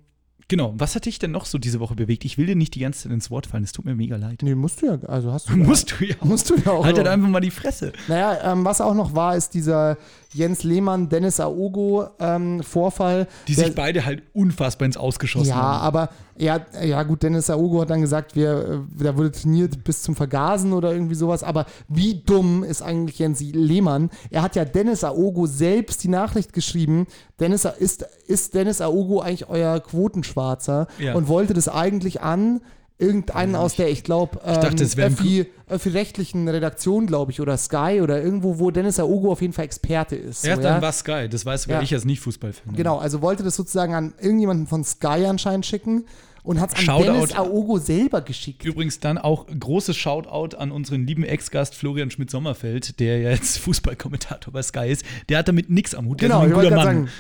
Genau, was hat dich denn noch so diese Woche bewegt? Ich will dir nicht die ganze Zeit ins Wort fallen, es tut mir mega leid. Nee, musst du <laughs> ja, also hast <laughs> du. Musst du ja. musst du ja auch. Haltet einfach mal die Fresse. Naja, ähm, was auch noch war, ist dieser Jens Lehmann, Dennis Aogo ähm, Vorfall. Die Der- sich beide halt unfassbar ins Ausgeschossen ja, haben. aber ja, ja gut, Dennis Aogo hat dann gesagt, wir, äh, da wurde trainiert bis zum Vergasen oder irgendwie sowas. Aber wie dumm ist eigentlich Jens Lehmann? Er hat ja Dennis Aogo selbst die Nachricht geschrieben. Dennis, A- ist, ist Dennis Aogo eigentlich euer Quotenschwarzer? Ja. Und wollte das eigentlich an irgendeinen aus der, ich glaube, ähm, dachte, es wäre ein Öffi, öffentlich-rechtlichen Redaktion, glaube ich, oder Sky oder irgendwo, wo Dennis Aogo auf jeden Fall Experte ist. Erst so, dann ja? war Sky, das weiß, weil Ja. ich jetzt nicht Fußballfan bin. Genau, also wollte das sozusagen an irgendjemanden von Sky anscheinend schicken und hat es an Shoutout. Dennis Aogo selber geschickt. Übrigens dann auch großes Shoutout an unseren lieben Ex-Gast Florian Schmidt-Sommerfeld, der ja jetzt <laughs> Fußballkommentator bei Sky ist. Der hat damit nichts am Hut. Der Genau, ist ich nur ein wollte guter gerade Mann. sagen,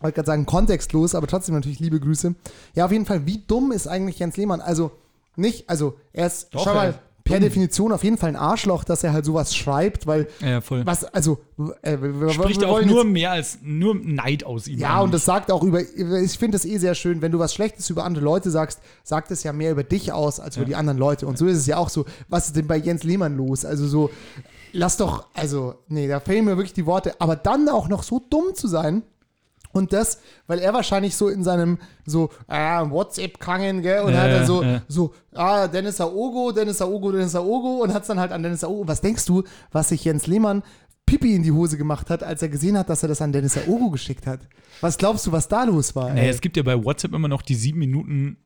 wollte gerade sagen, kontextlos, aber trotzdem natürlich liebe Grüße. Ja, auf jeden Fall, wie dumm ist eigentlich Jens Lehmann? Also, nicht, also, er ist, Doch, schau er mal, ist per dumm. Definition auf jeden Fall ein Arschloch, dass er halt sowas schreibt, weil, Ja, ja, voll. was, also, äh, wir- wir- Spricht wir auch wollen nur mehr als nur Neid aus ihm. Ja, und das sagt auch über, ich finde das eh sehr schön, wenn du was Schlechtes über andere Leute sagst, sagt es ja mehr über dich aus als über die anderen Leute. Und so ist es ja auch so, was ist denn bei Jens Lehmann los? Also so, lass doch, also, nee, da fehlen mir wirklich die Worte. Aber dann auch noch so dumm zu sein. Und das, weil er wahrscheinlich so in seinem so ah, WhatsApp kangen, gell, und Ja, hat dann so, ja. so, ah, Dennis Aogo, Dennis Aogo, Dennis Aogo und hat es dann halt an Dennis Aogo. Was denkst du, was sich Jens Lehmann Pipi in die Hose gemacht hat, als er gesehen hat, dass er das an Dennis Aogo geschickt hat? Was glaubst du, was da los war? Naja, ey? Äh, es gibt ja bei WhatsApp immer noch die sieben Minuten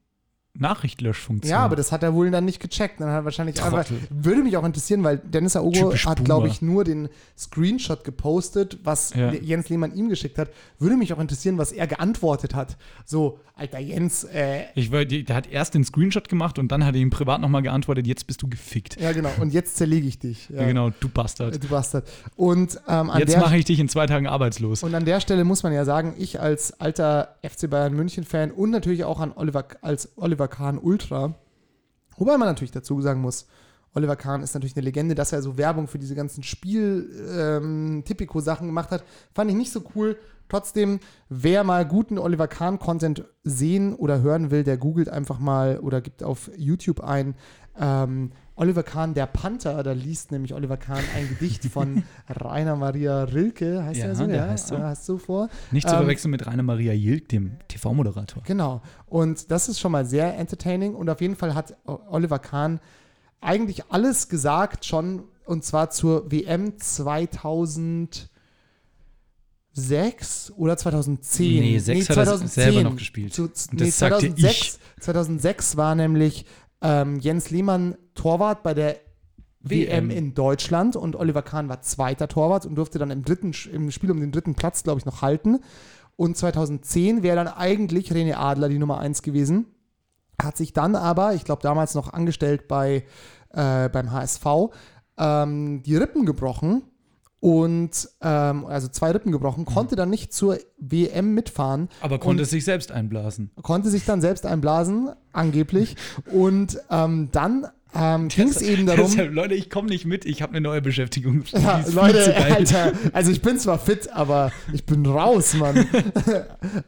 Nachrichtlöschfunktion. Ja, aber das hat er wohl dann nicht gecheckt. Dann hat er wahrscheinlich Trottel. einfach, würde mich auch interessieren, weil Dennis Aogo Typisch hat, Boomer. glaube ich, nur den Screenshot gepostet, was Ja. Jens Lehmann ihm geschickt hat. Würde mich auch interessieren, was er geantwortet hat. So, alter Jens, äh, ich war, die- der hat erst den Screenshot gemacht und dann hat er ihm privat nochmal geantwortet, jetzt bist du gefickt. ja genau, und jetzt zerlege ich dich. Ja, Ja, genau, du Bastard. Du Bastard. Und, ähm, an Jetzt der, mache ich dich in zwei Tagen arbeitslos. und an der Stelle muss man ja sagen, ich als alter FC Bayern München-Fan und natürlich auch an Oliver, als Oliver Kahn Ultra, Wobei man natürlich dazu sagen muss, Oliver Kahn ist natürlich eine Legende, dass er so Werbung für diese ganzen Spiel-Tipico-Sachen gemacht hat. Fand ich nicht so cool. Trotzdem, wer mal guten Oliver Kahn-Content sehen oder hören will, der googelt einfach mal oder gibt auf YouTube ein. Ähm, Oliver Kahn, der Panther, da liest nämlich Oliver Kahn ein Gedicht <laughs> von Rainer Maria Rilke, heißt Ja, er so? der ja, heißt so. Ah, Hast du vor? Nicht zu Ähm, verwechseln mit Rainer Maria Jilk, dem TV-Moderator. Genau. Und das ist schon mal sehr entertaining. Und auf jeden Fall hat O- Oliver Kahn eigentlich alles gesagt schon. Und zwar zur WM 2006 oder 2010. Nee, sechs hat er selber noch gespielt. Zu, Und nee, das sagte 2006, 2006 war nämlich ähm, Jens Lehmann Torwart bei der WM in Deutschland und Oliver Kahn war zweiter Torwart und durfte dann im, dritten, im Spiel um den dritten Platz, glaube ich, noch halten. Und 2010 wäre dann eigentlich René Adler die Nummer 1 gewesen. Hat sich dann aber, ich glaube, damals noch angestellt bei, äh, beim HSV, ähm, die Rippen gebrochen. Und ähm, also zwei Rippen gebrochen, konnte dann nicht zur WM mitfahren. Aber Und- konnte es sich selbst einblasen. <laughs> konnte sich dann selbst einblasen, angeblich. Und ähm, dann ähm, ging es eben darum. Deshalb, Leute, ich komme nicht mit, ich habe eine neue Beschäftigung. Die Ja, ist viel zu Leute, geil. Alter, also ich bin zwar fit, aber ich bin raus, <laughs> Mann.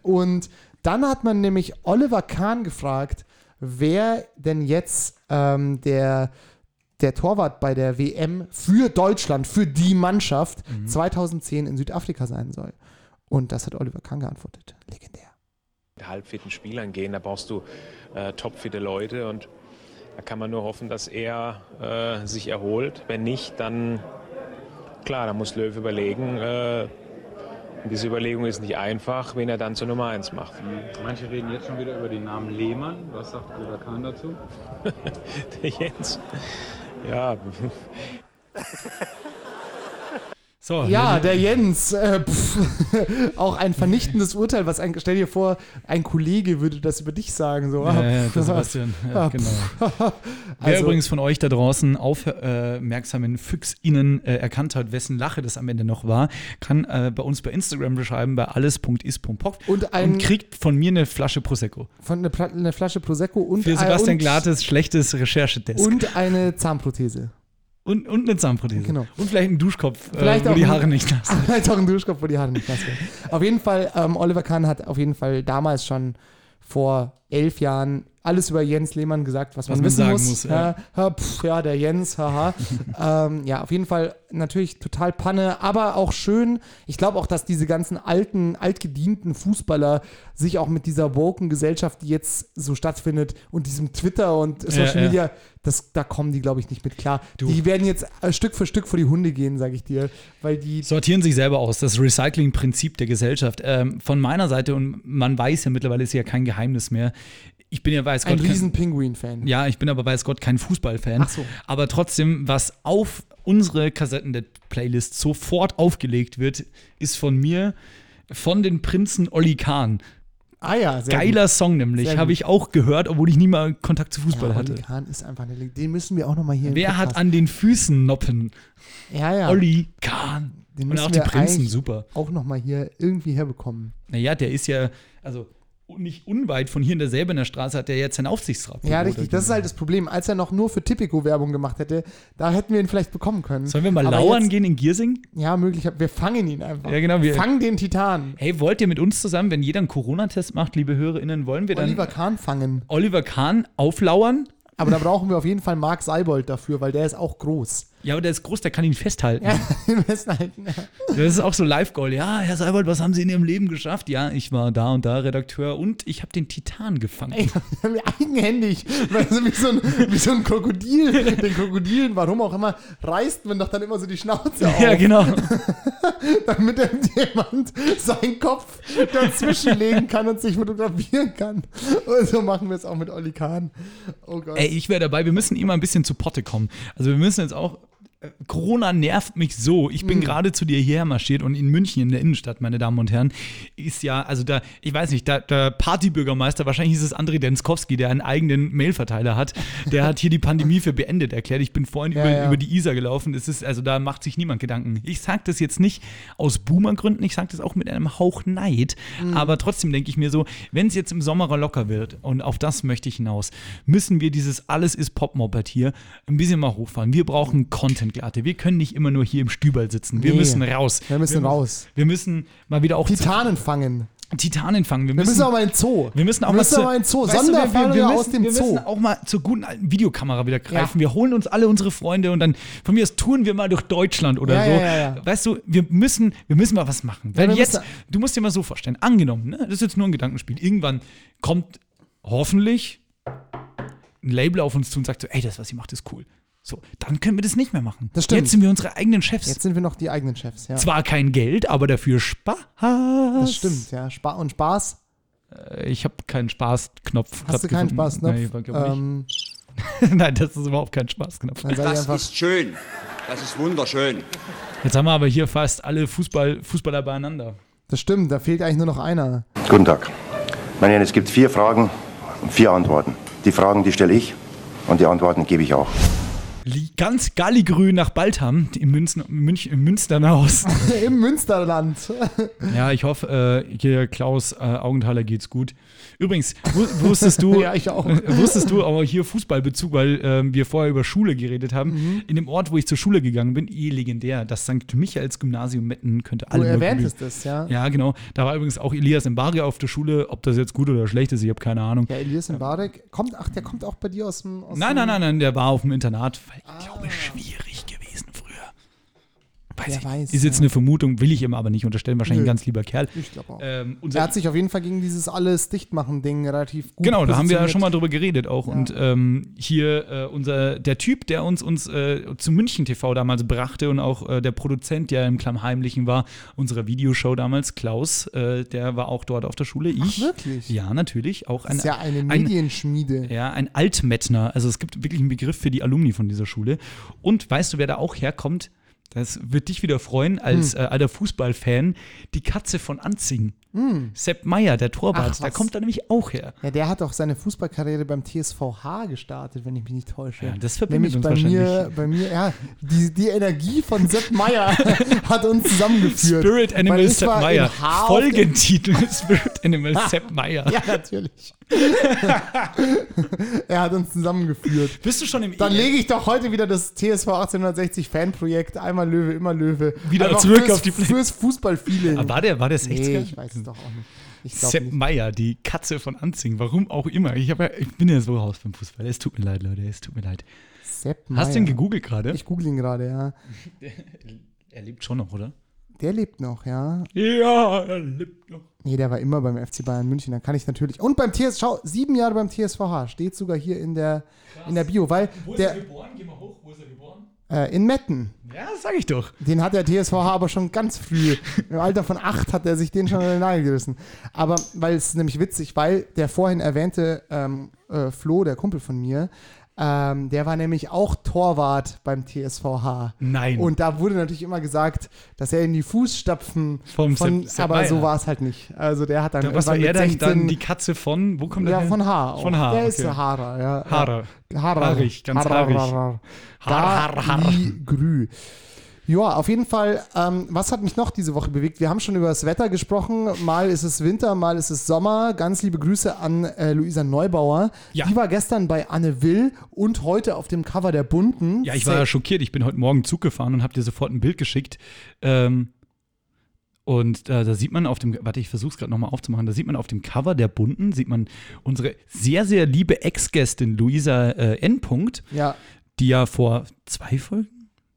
Und dann hat man nämlich Oliver Kahn gefragt, wer denn jetzt ähm, der, der Torwart bei der WM für Deutschland, für die Mannschaft Mhm. 2010 in Südafrika sein soll. Und das hat Oliver Kahn geantwortet. Legendär. halbfitten Spielern gehen. Da brauchst du äh, topfitte Leute und da kann man nur hoffen, dass er äh, sich erholt. Wenn nicht, dann klar, da muss Löw überlegen. Äh, und diese Überlegung ist nicht einfach, wen er dann zur Nummer 1 macht. Hm, Manche reden jetzt schon wieder über den Namen Lehmann. Was sagt Oliver Kahn dazu? <laughs> Der Jens. Ja, So, ne? Ja, Leute, der Jens. Äh, pff, <laughs> auch ein vernichtendes Urteil, was ein, stell dir vor, ein Kollege würde das über dich sagen. So. Ja, ja, der Sebastian. Ja, Ah, genau. Wer <laughs> Also, übrigens von euch da draußen äh, aufmerksamen FüchsInnen äh, erkannt hat, wessen Lache das am Ende noch war, kann äh, bei uns bei Instagram beschreiben, bei alles.is.pop Und ein- und kriegt von mir eine Flasche Prosecco. von eine, Pla eine Flasche Prosecco Äh, und, Für ein- Sebastian und, Glates schlechtes Recherchedesk. und eine Zahnprothese. und, und eine Zahnprothese. Genau. Und vielleicht einen Duschkopf, Vielleicht äh, wo auch die ein- Haare nicht nass sind. Vielleicht auch ein Duschkopf, wo die Haare nicht nass werden. Auf jeden Fall, ähm, Oliver Kahn hat auf jeden Fall damals schon vor elf Jahren alles über Jens Lehmann gesagt, was, man, man wissen sagen muss. muss, ja. ja. Ja, pf, ja, der Jens, haha. <laughs> ähm, ja, auf jeden Fall natürlich total Panne, aber auch schön. Ich glaube auch, dass diese ganzen alten, altgedienten Fußballer sich auch mit dieser woken Gesellschaft, die jetzt so stattfindet und diesem Twitter und Social Ja, ja. Media, das, da kommen die, glaube ich, nicht mit klar. Die werden jetzt äh, Stück für Stück vor die Hunde gehen, sage ich dir, weil die sortieren sich selber aus, das Recycling-Prinzip der Gesellschaft. Ähm, von meiner Seite, und man weiß ja mittlerweile, ist ja kein Geheimnis mehr. Ich bin ja weiß ein Gott kein- riesen Pinguin-Fan. Ja, ich bin aber weiß Gott kein Fußballfan. Ach so. Aber trotzdem, was auf unsere Kassetten der Playlist sofort aufgelegt wird, ist von mir von den Prinzen Olli Kahn. Ah ja, sehr gut. Geiler Song Sehr nämlich, gut. habe ich auch gehört, obwohl ich nie mal Kontakt zu Fußball Ja, hatte. Olli Kahn ist einfach eine Legende. Den müssen wir auch nochmal hier. im Wer hat Podcast- an den Füßen Noppen? ja, ja. Olli Kahn. Den Und müssen auch die wir Prinzen, eigentlich- super. Auch nochmal hier irgendwie herbekommen. Naja, der ist ja, also nicht unweit von hier in derselben in der Straße hat der jetzt sein Aufsichtsrat. Ja, richtig. Das ist halt das Problem. Als er noch nur für Tipico Werbung gemacht hätte, da hätten wir ihn vielleicht bekommen können. Sollen wir mal Aber lauern jetzt- gehen in Giersing? Ja, möglich. Wir fangen ihn einfach. Ja, genau, wir- fangen den Titan. Hey, wollt ihr mit uns zusammen, wenn jeder einen Corona-Test macht, liebe HörerInnen, wollen wir dann Oliver Kahn fangen. Oliver Kahn auflauern? Aber da brauchen wir auf jeden Fall Marc Seibold dafür, weil der ist auch groß. <laughs> Ja, aber der ist groß, der kann ihn festhalten. Wir müssen halt- Das ist auch so Live-Goal. Ja, Herr Seibold, was haben Sie in Ihrem Leben geschafft? Ja, ich war da und da Redakteur und ich habe den Titan gefangen. Ey, <laughs> eigenhändig, weißt du, wie so ein, wie so ein Krokodil. Den Krokodilen, warum auch immer, reißt man doch dann immer so die Schnauze auf. ja, genau. damit irgendjemand seinen Kopf dazwischen legen kann und sich fotografieren kann. Und so machen wir es auch mit Olli Kahn. Oh Gott. Ey, ich wäre dabei, wir müssen ihm mal ein bisschen zu Potte kommen. Also wir müssen jetzt auch. äh, Corona nervt mich so. Ich Mhm. bin gerade zu dir hierher marschiert und in München in der Innenstadt, meine Damen und Herren, ist ja, also da, ich weiß nicht, da, der Partybürgermeister, wahrscheinlich ist es André Denskowski, der einen eigenen Mailverteiler hat, der hat hier die Pandemie für beendet erklärt. Ich bin vorhin über, ja. über die Isar gelaufen. Es ist, also da macht sich niemand Gedanken. Ich sage das jetzt nicht aus Boomer-Gründen, ich sage das auch mit einem Hauch Neid. Mhm. Aber trotzdem denke ich mir so, wenn es jetzt im Sommer locker wird, und auf das möchte ich hinaus, müssen wir dieses Alles ist Pop-Moped hier ein bisschen mal hochfahren. Wir brauchen Content-Glatte. Wir können nicht immer nur hier im Stüberl sitzen. Wir Nee. müssen raus. Wir müssen raus. Wir müssen mal wieder auch Titanen fangen. zu- Titanen fangen. Wir Wir müssen müssen, auch mal in den Zoo. wir müssen auch wir mal müssen zu- auch mal in den Zoo. Weißt du, wir- Sonderfahrer wir, wir müssen, aus dem wir Zoo. müssen auch mal zur guten alten Videokamera wieder greifen. Wir holen uns alle unsere Freunde und dann von mir aus touren wir mal durch Deutschland oder Ja, so. ja, ja, ja. Weißt du, wir müssen, wir müssen mal was machen. Wenn wir jetzt, müssen- du musst dir mal so vorstellen, angenommen, ne? das ist jetzt nur ein Gedankenspiel. Irgendwann kommt hoffentlich ein Label auf uns zu und sagt so, ey, das, was ihr macht, ist cool. So, dann können wir das nicht mehr machen. Das stimmt. Jetzt sind wir unsere eigenen Chefs. Jetzt sind wir noch die eigenen Chefs. Ja. Zwar kein Geld, aber dafür Spaß. Das stimmt, ja. Spa und Spaß. Ich habe keinen Spaß-Knopf. Hast du keinen Spaß, ne? Nein, ich glaub nicht. ähm, <laughs> Nein, das ist überhaupt kein Spaßknopf. dann sei Das einfach. ist schön. Das ist wunderschön. Jetzt haben wir aber hier fast alle Fußball, Fußballer beieinander. Das stimmt, da fehlt eigentlich nur noch einer. Guten Tag. Meine Herren, es gibt vier Fragen und vier Antworten. Die Fragen, die stelle ich und die Antworten gebe ich auch. Li- Ganz galligrün nach Baltham, im, Münzen, Münch, im <laughs> Münsterner Osten. Im Münsterland. <laughs> ja, ich hoffe, äh, hier Klaus äh, Augenthaler geht's gut. Übrigens, wu- wusstest <laughs> du, Ja, ich auch. <laughs> wusstest du aber hier Fußballbezug, weil ähm, wir vorher über Schule geredet haben. Mhm. In dem Ort, wo ich zur Schule gegangen bin, eh legendär, das St. Michaels Gymnasium Metten könnte Du alle mal erwähntest googeln. es, ja. Ja, genau. Da war übrigens auch Elias Mbari auf der Schule. Ob das jetzt gut oder schlecht ist, ich habe keine Ahnung. Ja, Elias Mbarek. Kommt, ach, der kommt auch bei dir aus dem. Aus Nein, dem, nein, nein, nein, der war auf dem Internat. Weil Ah. ich glaube, schwierig gewesen früher. Weiß Wer ich. weiß, Ist jetzt ja. eine Vermutung, will ich ihm aber nicht unterstellen. Wahrscheinlich Nö. ein ganz lieber Kerl. Ich glaube auch. Ähm, Er unser, hat sich auf jeden Fall gegen dieses alles Dichtmachen-Ding relativ gut genau, da haben wir ja positioniert. schon mal drüber geredet auch. Und ähm, hier äh, unser, der Typ, der uns, uns äh, zu München TV damals brachte und auch äh, der Produzent, der im Klammheimlichen war, unserer Videoshow damals, Klaus, äh, der war auch dort auf der Schule. Ich. wirklich? Ja, natürlich. Auch Das ist ja eine ein- Medienschmiede. Ja, ein Altmettner. Also es gibt wirklich einen Begriff für die Alumni von dieser Schule. Und weißt du, wer da auch herkommt? Das wird dich wieder freuen als Hm. äh, alter Fußballfan. Die Katze von Anzing. Sepp Meyer, der Torwart, Hm. Ach, da was. kommt er nämlich auch her. Ja, der hat auch seine Fußballkarriere beim TSVH gestartet, wenn ich mich nicht täusche. Ja, das verbindet Nämlich uns bei mir, wahrscheinlich. bei mir, ja, die, die Energie von Sepp Meyer <laughs> hat uns zusammengeführt. Spirit Weil Animal ich war Sepp in Meyer. Haar auf dem- Folgentitel Spirit Animal Sepp <laughs> Meyer. Ja, natürlich. <laughs> <laughs> er hat uns zusammengeführt. Bist du schon im Dann E- lege ich doch heute wieder das TSV 1860 Fanprojekt, einmal Löwe, immer Löwe. Wieder Einfach zurück fürs, auf die Plätze. Fürs Fußball-Feeling. Ah, War der, war der 60er? Nee, ich weiß es doch auch nicht. Ich glaube Sepp nicht. Meier, die Katze von Anzing, warum auch immer. Ich, hab, ja- ich bin ja so raus beim Fußball. Es tut mir leid, Leute, es tut mir leid. Sepp Hast du ihn Maier. gegoogelt gerade? Ich google ihn gerade, ja. Er lebt schon noch, oder? Der lebt noch, ja. Ja, er lebt noch. Nee, der war immer beim FC Bayern München. Dann kann ich natürlich. Und beim TSV, schau, sieben Jahre beim TSVH. Steht sogar hier in der, in der Bio, weil der geboren? Geh mal hoch, wo ist er geboren? äh, in Metten, Ja, das sag ich doch. den hat der TSVH aber schon ganz früh. Im Alter von acht hat er sich den schon an den Nagel gerissen. Aber weil es ist nämlich witzig, weil der vorhin erwähnte ähm, äh, Flo, der Kumpel von mir, ähm, der war nämlich auch Torwart beim TSVH. Nein. Und da wurde natürlich immer gesagt, dass er in die Fußstapfen Vom von, Sepp- Sepp aber so Maier. war es halt nicht. Also der hat dann Da, was war irgendwann er mit denn dann? 16 Die Katze von, wo kommt ja, er her? von Haar. auch. Von Haar, Der ist okay. der Haarer, ja. Haarer. Ja, Haarer. Haarig, ganz haarig. Haar, Haar, Haar, Haar, Haar. Grü. Ja, auf jeden Fall, ähm, was hat mich noch diese Woche bewegt? Wir haben schon über das Wetter gesprochen. Mal ist es Winter, mal ist es Sommer. Ganz liebe Grüße an äh, Luisa Neubauer. Ja. Die war gestern bei Anne Will und heute auf dem Cover der Bunten. Ja, ich war ja schockiert. Ich bin heute Morgen Zug gefahren und habe dir sofort ein Bild geschickt. Ähm, und äh, da sieht man auf dem, warte, ich versuche es gerade nochmal aufzumachen, da sieht man auf dem Cover der Bunten, sieht man unsere sehr, sehr liebe Ex-Gästin Luisa äh, N. Punkt, ja. die ja vor zwei Folgen,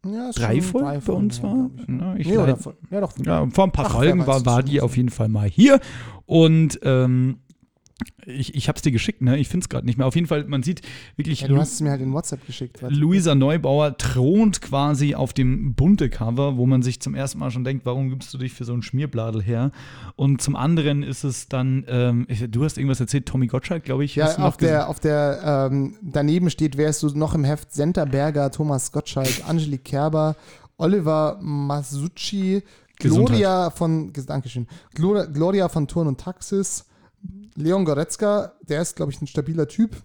ja ist drei schon Folgen bei uns ja, war. glaub ich. Na, ich Nee, oder, leid- vor- ja, doch. ja, vor ein paar Ach, wer Folgen weiß war, das war schon, die weiß auf jeden Fall mal hier. Und ähm, ich, ich habe es dir geschickt, ne? Ich finde es gerade nicht mehr. Auf jeden Fall, man sieht wirklich Ja, du hast es mir halt in WhatsApp geschickt. Warte. Luisa Neubauer thront quasi auf dem bunte Cover, wo man sich zum ersten Mal schon denkt, warum gibst du dich für so einen Schmierbladel her? Und zum anderen ist es dann, ähm, ich, du hast irgendwas erzählt, Tommy Gottschalk, glaube ich. Ja, hast du auf noch gesagt. der, auf der ähm, daneben steht, wer ist so noch im Heft? Senterberger, Thomas Gottschalk, Angelique Kerber, Oliver Masucci, Gesundheit. Gloria von, ges- Dankeschön, Gloria, Gloria von Turn und Taxis, Leon Goretzka, der ist, glaube ich, ein stabiler Typ.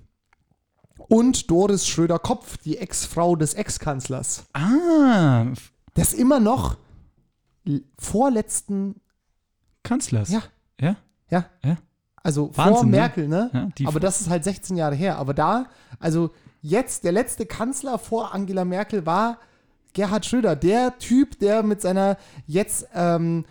Und Doris Schröder-Kopf, die Ex-Frau des Ex-Kanzlers. Ah, F- Das immer noch l- vorletzten, Kanzlers. Ja. Ja? ja, Ja? Also vor Wahnsinn, ne? Merkel, ne? Ja, die aber Frau- das ist halt 16 Jahre her. Aber da, also jetzt, der letzte Kanzler vor Angela Merkel war Gerhard Schröder. Der Typ, der mit seiner jetzt ähm,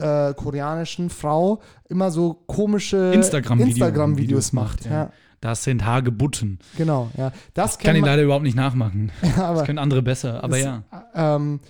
südkoreanischen Frau immer so komische Instagram-Video- Äh, Instagram-Videos Videos macht. macht, Ja. ja. Das sind Hagebutten. genau. Ja. Das, Kann kennt ich man, leider überhaupt <laughs> nicht nachmachen. aber Das können andere besser, aber ja. Ähm,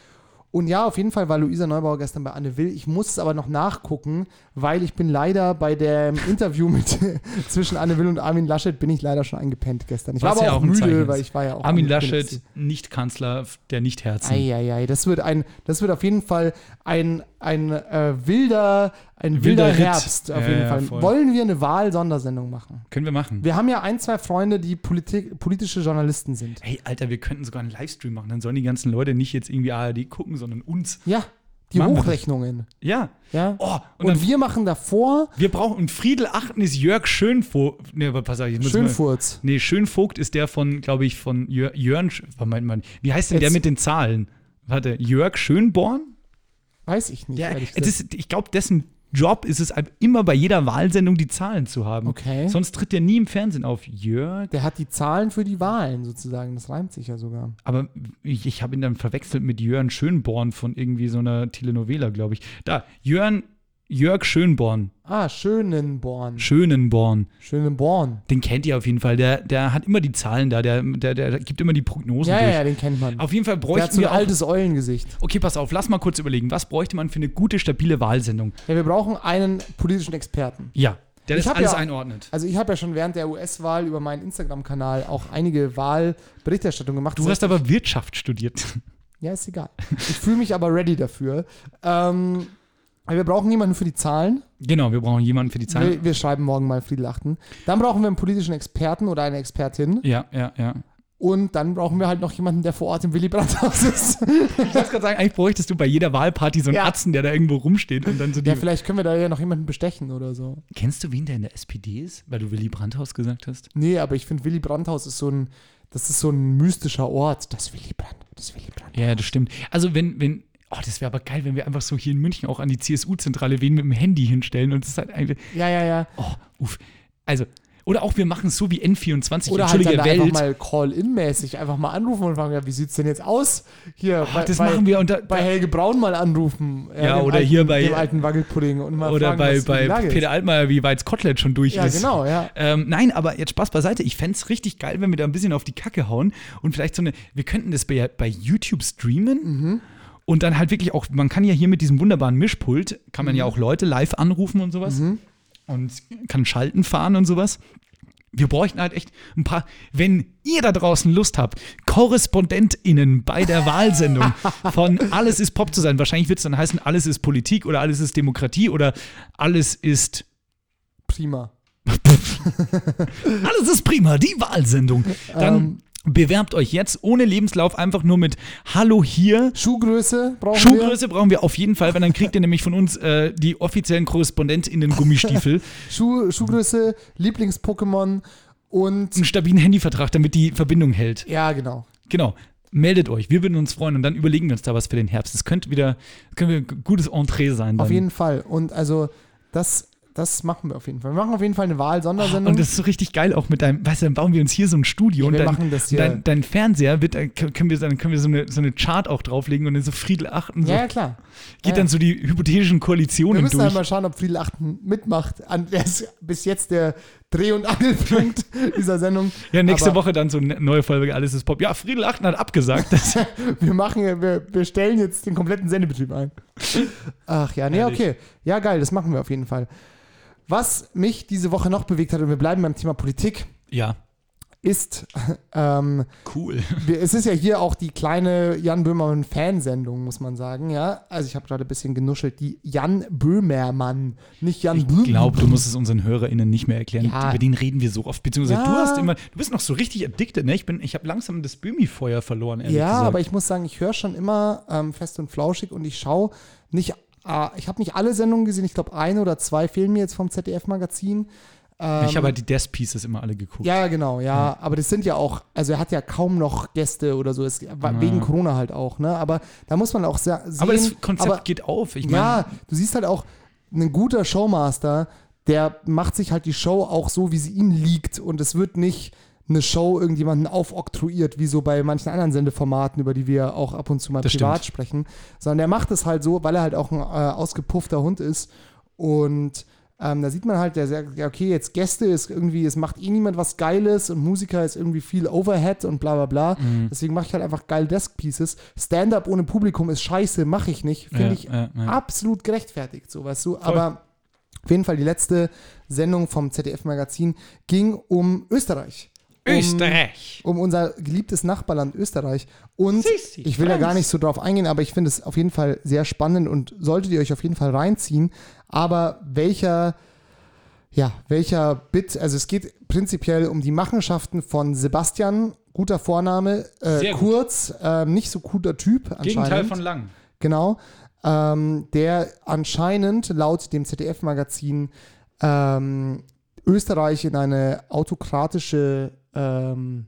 und ja, auf jeden Fall war Luisa Neubauer gestern bei Anne Will. Ich muss es aber noch nachgucken, weil ich bin leider bei <laughs> dem Interview mit, <laughs> zwischen Anne Will und Armin Laschet bin ich leider schon eingepennt gestern. Ich war Was aber ja auch, auch ein Zeichen müde, ist. weil ich war ja auch Armin angekündigt. Laschet, nicht Kanzler, der nicht Herzen. Eieiei, das wird ein, das wird auf jeden Fall ein, ein äh, wilder, ein wilder, Wilder Ritt. Herbst. Auf Ja, jeden ja, Fall. voll. Wollen wir eine Wahl-Sondersendung machen? Können wir machen. Wir haben ja ein, zwei Freunde, die Politik, politische Journalisten sind. Hey, Alter, wir könnten sogar einen Livestream machen. Dann sollen die ganzen Leute nicht jetzt irgendwie ARD gucken, sondern uns. Ja, die Machen wir das. Hochrechnungen. Ja. Ja. Oh, und, und dann, wir, wir machen davor brauchen. Und Friedel Achten ist Jörg Schönvogt. Nee, aber pass auf, ich muss Mal, Schönfurz. nee, Schönvogt ist der von, glaube ich, von Jör, Jörn. Sch- Was meint man? Wie heißt denn der Jetzt- mit den Zahlen? Warte, Jörg Schönborn? Weiß ich nicht. Ja, ehrlich das gesagt. ist, ich glaube, dessen Job ist es, immer bei jeder Wahlsendung die Zahlen zu haben. Okay. Sonst tritt der nie im Fernsehen auf. Jörg. der hat die Zahlen für die Wahlen sozusagen. Das reimt sich ja sogar. Aber ich, ich habe ihn dann verwechselt mit Jörn Schönborn von irgendwie so einer Telenovela, glaube ich. Da, Jörn, Jörg Schönborn, Ah, Schönenborn. Schönenborn. Schönenborn. Den kennt ihr auf jeden Fall. Der, der hat immer die Zahlen da, der, der, der gibt immer die Prognosen Ja, ja, durch. ja, den kennt man. Auf jeden Fall der hat bräuchten so ein wir auch, altes Eulengesicht. Okay, pass auf, lass mal kurz überlegen. Was bräuchte man für eine gute, stabile Wahlsendung? Ja, wir brauchen einen politischen Experten. Ja, der Ich das hab alles ja- einordnet. Also ich habe ja schon während der US-Wahl über meinen Instagram-Kanal auch einige Wahlberichterstattungen gemacht. Du hast aber Wirtschaft studiert. <laughs> Ja, ist egal. Ich fühle mich aber ready dafür. Ähm, aber wir brauchen jemanden für die Zahlen. genau, wir brauchen jemanden für die Zahlen. Wir, wir schreiben morgen mal Friedel Achten. Dann brauchen wir einen politischen Experten oder eine Expertin. Ja, ja, ja. Und dann brauchen wir halt noch jemanden, der vor Ort im Willy Brandt-Haus ist. Ich wollte gerade sagen, eigentlich bräuchtest du bei jeder Wahlparty so einen Ja. Atzen, der da irgendwo rumsteht und dann so die. Ja, vielleicht können wir da ja noch jemanden bestechen oder so. Kennst du wen, der in der SPD ist? Weil du Willy Brandhaus gesagt hast? Nee, aber ich finde, Willy Brandthaus ist so ein, das ist so ein mystischer Ort. Das Willy Brandt, das Willy Brandt. Ja, das stimmt. Also, wenn, wenn, oh, das wäre aber geil, wenn wir einfach so hier in München auch an die CSU-Zentrale wen mit dem Handy hinstellen und es ist halt einfach, Ja, ja, ja. oh, uff. Also, Oder auch wir machen es so wie N24, Oder halt entschuldige dann einfach mal Welt. Call-In-mäßig einfach mal anrufen und fragen, ja, wie sieht's denn jetzt aus? Hier, bei, das bei, machen wir und da- bei Helge Braun mal anrufen. Ja, dem oder alten, hier bei- dem alten Wackelpudding und mal Oder fragen, bei, was die bei Lage ist. Peter Altmaier, wie weit Kotelett schon durch Ja, ist. genau, ja. Ähm, nein, aber jetzt Spaß beiseite. Ich fände es richtig geil, wenn wir da ein bisschen auf die Kacke hauen und vielleicht so eine, wir könnten das bei, bei YouTube streamen. Und dann halt wirklich auch, man kann ja hier mit diesem wunderbaren Mischpult, kann man ja auch Leute live anrufen und sowas. Und kann Schalten fahren und sowas. Wir bräuchten halt echt ein paar, wenn ihr da draußen Lust habt, KorrespondentInnen bei der Wahlsendung von Alles ist Pop zu sein. Wahrscheinlich wird es dann heißen, alles ist Politik oder alles ist Demokratie oder alles ist Prima. alles ist prima, die Wahlsendung. Dann Ähm. bewerbt euch jetzt ohne Lebenslauf einfach nur mit Hallo hier. Schuhgröße brauchen wir. Schuhgröße brauchen wir auf jeden Fall, weil dann kriegt ihr nämlich von uns äh, die offiziellen KorrespondentInnen <laughs> Gummistiefel, Schuh, Schuhgröße, Lieblings-Pokémon und. einen stabilen Handyvertrag, damit die Verbindung hält. Ja, genau. Genau. Meldet euch, wir würden uns freuen und dann überlegen wir uns da was für den Herbst. Das könnte wieder, das könnte ein gutes Entree sein. Dann. Auf jeden Fall. Und also, das, das machen wir auf jeden Fall. Wir machen auf jeden Fall eine Wahl-Sondersendung. und das ist so richtig geil auch mit deinem, weißt du, dann bauen wir uns hier so ein Studio und wir dein, machen das hier. Dein, dein Fernseher wird, dann können wir, dann können wir so eine, so eine Chart auch drauflegen und dann so Friedel achten. So. ja, ja, klar. also geht dann so die hypothetischen Wir Koalitionen müssen durch. einmal schauen, ob Friedel Achten mitmacht. An, der ist bis jetzt der Dreh- und <laughs> Angelpunkt dieser Sendung. Ja, nächste Aber Woche dann so eine neue Folge, alles ist Pop. Ja, Friedel Achten hat abgesagt. <laughs> Das, Wir machen, ja- wir, wir stellen jetzt den kompletten Sendebetrieb ein. Ach ja, nee, okay. Ja, geil, das machen wir auf jeden Fall. Was mich diese Woche noch bewegt hat, und wir bleiben beim Thema Politik, ja, ist, <laughs> ähm, <laughs> cool. wir, es ist ja hier auch die kleine Jan Böhmermann-Fansendung, muss man sagen, ja. Also ich habe gerade ein bisschen genuschelt, die Jan Böhmermann, nicht Jan Ich glaube, du musst es unseren HörerInnen nicht mehr erklären. Ja. Über den reden wir so oft. Beziehungsweise Ja. du hast immer, du bist noch so richtig addicted, ne? Ich, bin- ich habe langsam das Bömi-Feuer verloren, ehrlich Ja, gesagt. aber ich muss sagen, ich höre schon immer ähm, fest und flauschig und ich schaue nicht, äh, ich habe nicht alle Sendungen gesehen, ich glaube eine oder zwei fehlen mir jetzt vom ZDF-Magazin. ich habe halt die Death Pieces immer alle geguckt. Ja, ja, genau, ja, aber das sind ja auch, also er hat ja kaum noch Gäste oder so, es, wegen Corona halt auch, ne? Aber da muss man auch sehr sehen. aber das Konzept aber- geht auf. Ich ja, du siehst halt auch, ein guter Showmaster, der macht sich halt die Show auch so, wie sie ihm liegt. Und es wird nicht eine Show irgendjemanden aufoktroyiert, wie so bei manchen anderen Sendeformaten, über die wir auch ab und zu mal Das privat stimmt. sprechen. Sondern der macht es halt so, weil er halt auch ein äh, ausgepuffter Hund ist. Und ähm, da sieht man halt, der sagt, ja, okay, jetzt Gäste ist irgendwie, es macht eh niemand was Geiles und Musiker ist irgendwie viel Overhead und bla bla bla. Mhm. Deswegen mache ich halt einfach geile Desk-Pieces. Stand-up ohne Publikum ist scheiße, mache ich nicht. Finde Ja, ich ja, ja. absolut gerechtfertigt, so weißt du. Aber auf jeden Fall die letzte Sendung vom ZDF-Magazin ging um Österreich. mein, Um- Österreich. Um unser geliebtes Nachbarland Österreich. Und ich will da gar nicht so drauf eingehen, aber ich finde es auf jeden Fall sehr spannend und solltet ihr euch auf jeden Fall reinziehen. Aber welcher, ja, welcher Bit, also es geht prinzipiell um die Machenschaften von Sebastian, guter Vorname, äh, Sehr gut. kurz, ähm, nicht so guter Typ anscheinend. Gegenteil von Lang. Genau. Ähm, der anscheinend laut dem ZDF-Magazin ähm, Österreich in eine autokratische, ähm,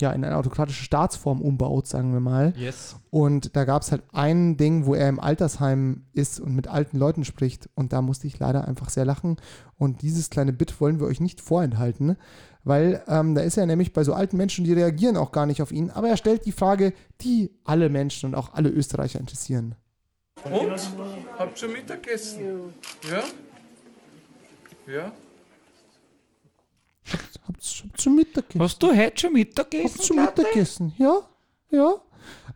ja, in eine autokratische Staatsform umbaut, sagen wir mal. Yes. Und da gab es halt ein Ding, wo er im Altersheim ist und mit alten Leuten spricht. Und da musste ich leider einfach sehr lachen. Und dieses kleine Bit wollen wir euch nicht vorenthalten, weil ähm, da ist er nämlich bei so alten Menschen, die reagieren auch gar nicht auf ihn. Aber er stellt die Frage, die alle Menschen und auch alle Österreicher interessieren. Habt schon Mittag gegessen? Ja? Ja? Habt ihr schon Mittag gegessen? Hast du heute schon Mittagessen? Habt ihr schon Mittag gegessen? Ja? Ja?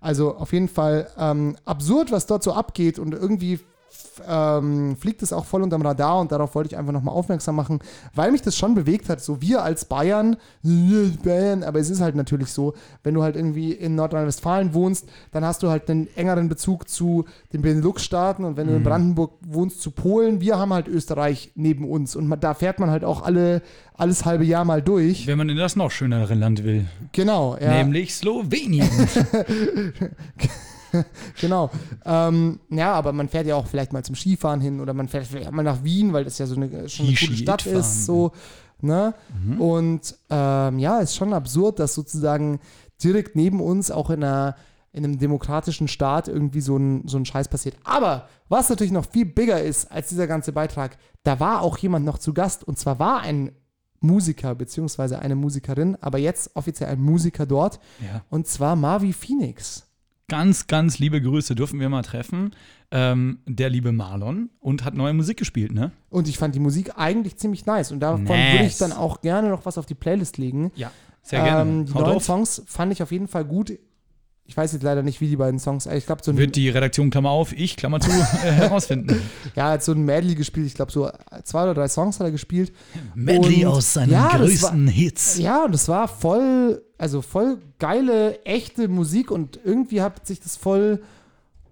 Also auf jeden Fall ähm, absurd, was dort so abgeht und irgendwie f- ähm, fliegt es auch voll unterm Radar und darauf wollte ich einfach nochmal aufmerksam machen, weil mich das schon bewegt hat. So wir als Bayern, äh, Bayern, aber es ist halt natürlich so, wenn du halt irgendwie in Nordrhein-Westfalen wohnst, dann hast du halt einen engeren Bezug zu den Benelux-Staaten und wenn du in Brandenburg wohnst, zu Polen. Wir haben halt Österreich neben uns und man, da fährt man halt auch alle, alles halbe Jahr mal durch. Wenn man in das noch schönere Land will, Genau, ja. nämlich Slowenien. Genau. Ähm, ja, aber man fährt ja auch vielleicht mal zum Skifahren hin oder man fährt vielleicht mal nach Wien, weil das ja so eine, schon eine Ski- gute Stadt Skifahren, Mhm. ist. So, ne? Und ähm, ja, ist schon absurd, dass sozusagen direkt neben uns auch in einer in einem demokratischen Staat irgendwie so ein, so ein Scheiß passiert. Aber was natürlich noch viel bigger ist als dieser ganze Beitrag, da war auch jemand noch zu Gast und zwar war ein Musiker beziehungsweise eine Musikerin, aber jetzt offiziell ein Musiker dort. Ja. Und zwar Marvi Phoenix. Ganz, ganz liebe Grüße dürfen wir mal treffen. Ähm, der liebe Marlon und hat neue Musik gespielt, ne? Und ich fand die Musik eigentlich ziemlich nice. Und davon würde ich Nice. dann auch gerne noch was auf die Playlist legen. Ja, sehr gerne. Ähm, die Haut neuen auf. Songs fand ich auf jeden Fall gut. Ich weiß jetzt leider nicht, wie die beiden Songs. äh, Ich glaube, so ein, Wird die Redaktion Klammer auf, ich Klammer <laughs> zu äh, herausfinden. ja, er hat so ein Medley gespielt. Ich glaube, so äh, zwei oder drei Songs hat er gespielt. Medley Und- aus seinen Ja, das größten Hits. Ja, und es war voll, also voll geile, echte Musik und irgendwie hat sich das voll,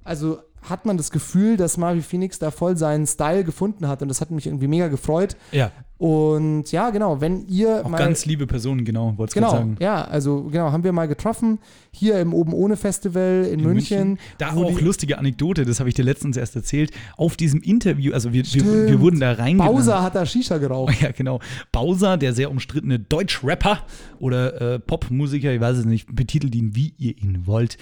also hat man das Gefühl, dass Marvin Phoenix da voll seinen Style gefunden hat und das hat mich irgendwie mega gefreut. Ja, Und ja, genau, wenn ihr auch mal. ganz liebe Personen, genau, wollte ich genau, gerade sagen. ja, also genau, haben wir mal getroffen, hier im Oben ohne Festival in, München. Da wo auch die- lustige Anekdote, das habe ich dir letztens erst erzählt. Auf diesem Interview, also wir, wir, wir wurden da reingenommen. Bowser hat da Shisha geraucht. <laughs> Ja, genau. Bowser, der sehr umstrittene Deutschrapper oder äh, Popmusiker, ich weiß es nicht, betitelt ihn, wie ihr ihn wollt.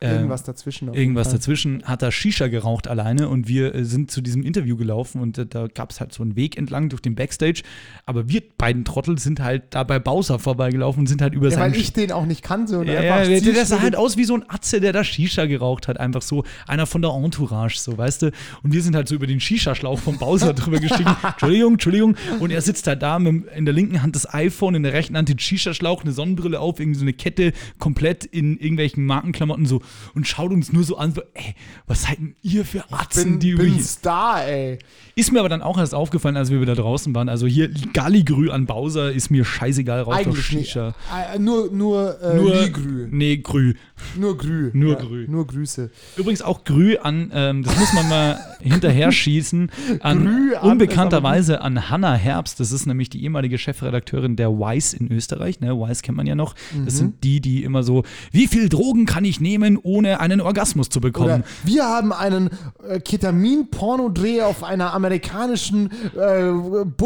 Ähm, Irgendwas dazwischen. auf jeden Irgendwas Fall. dazwischen hat er Shisha geraucht alleine und wir äh, sind zu diesem Interview gelaufen und äh, da gab es halt so einen Weg entlang durch den Backstage. Aber wir beiden Trottel sind halt da bei Bowser vorbeigelaufen und sind halt über Ja, seinen weil ich den auch nicht kannte und ja, einfach ja, der sah zielstrebig- halt aus wie so ein Atze, der da Shisha geraucht hat. Einfach so einer von der Entourage, so, weißt du? Und wir sind halt so über den Shisha-Schlauch vom <laughs> Bowser drüber gestiegen. Entschuldigung, Entschuldigung. Und er sitzt halt da mit, dem- in der linken Hand das iPhone, in der rechten Hand den Shisha-Schlauch, eine Sonnenbrille auf, irgendwie so eine Kette, komplett in irgendwelchen Markenklamotten so und schaut uns nur so an, so, ey, was seid denn ihr für Atzen, bin, die über bin hier. Star, ey. Ist mir aber dann auch erst aufgefallen, als wir wieder draußen waren. Also hier Galligrü an Bowser ist mir scheißegal, raucht doch Eigentlich Shisha. nicht. Äh, nur, nur, äh, Nur, nie grün. nee, grü. Nur grün. Nur grün. Nur Grüße. Übrigens auch Grü an, ähm, das muss <laughs> man mal hinterher schießen, an, Grü an unbekannterweise an Hanna Herbst. Das ist nämlich die ehemalige Chefredakteurin der Wise in Österreich. Ne? Wise kennt man ja noch. Mhm. Das sind die, die immer so, wie viel Drogen kann ich nehmen, ohne einen Orgasmus zu Oder bekommen? wir haben einen äh, Ketamin-Pornodreh auf einer amerikanischen äh,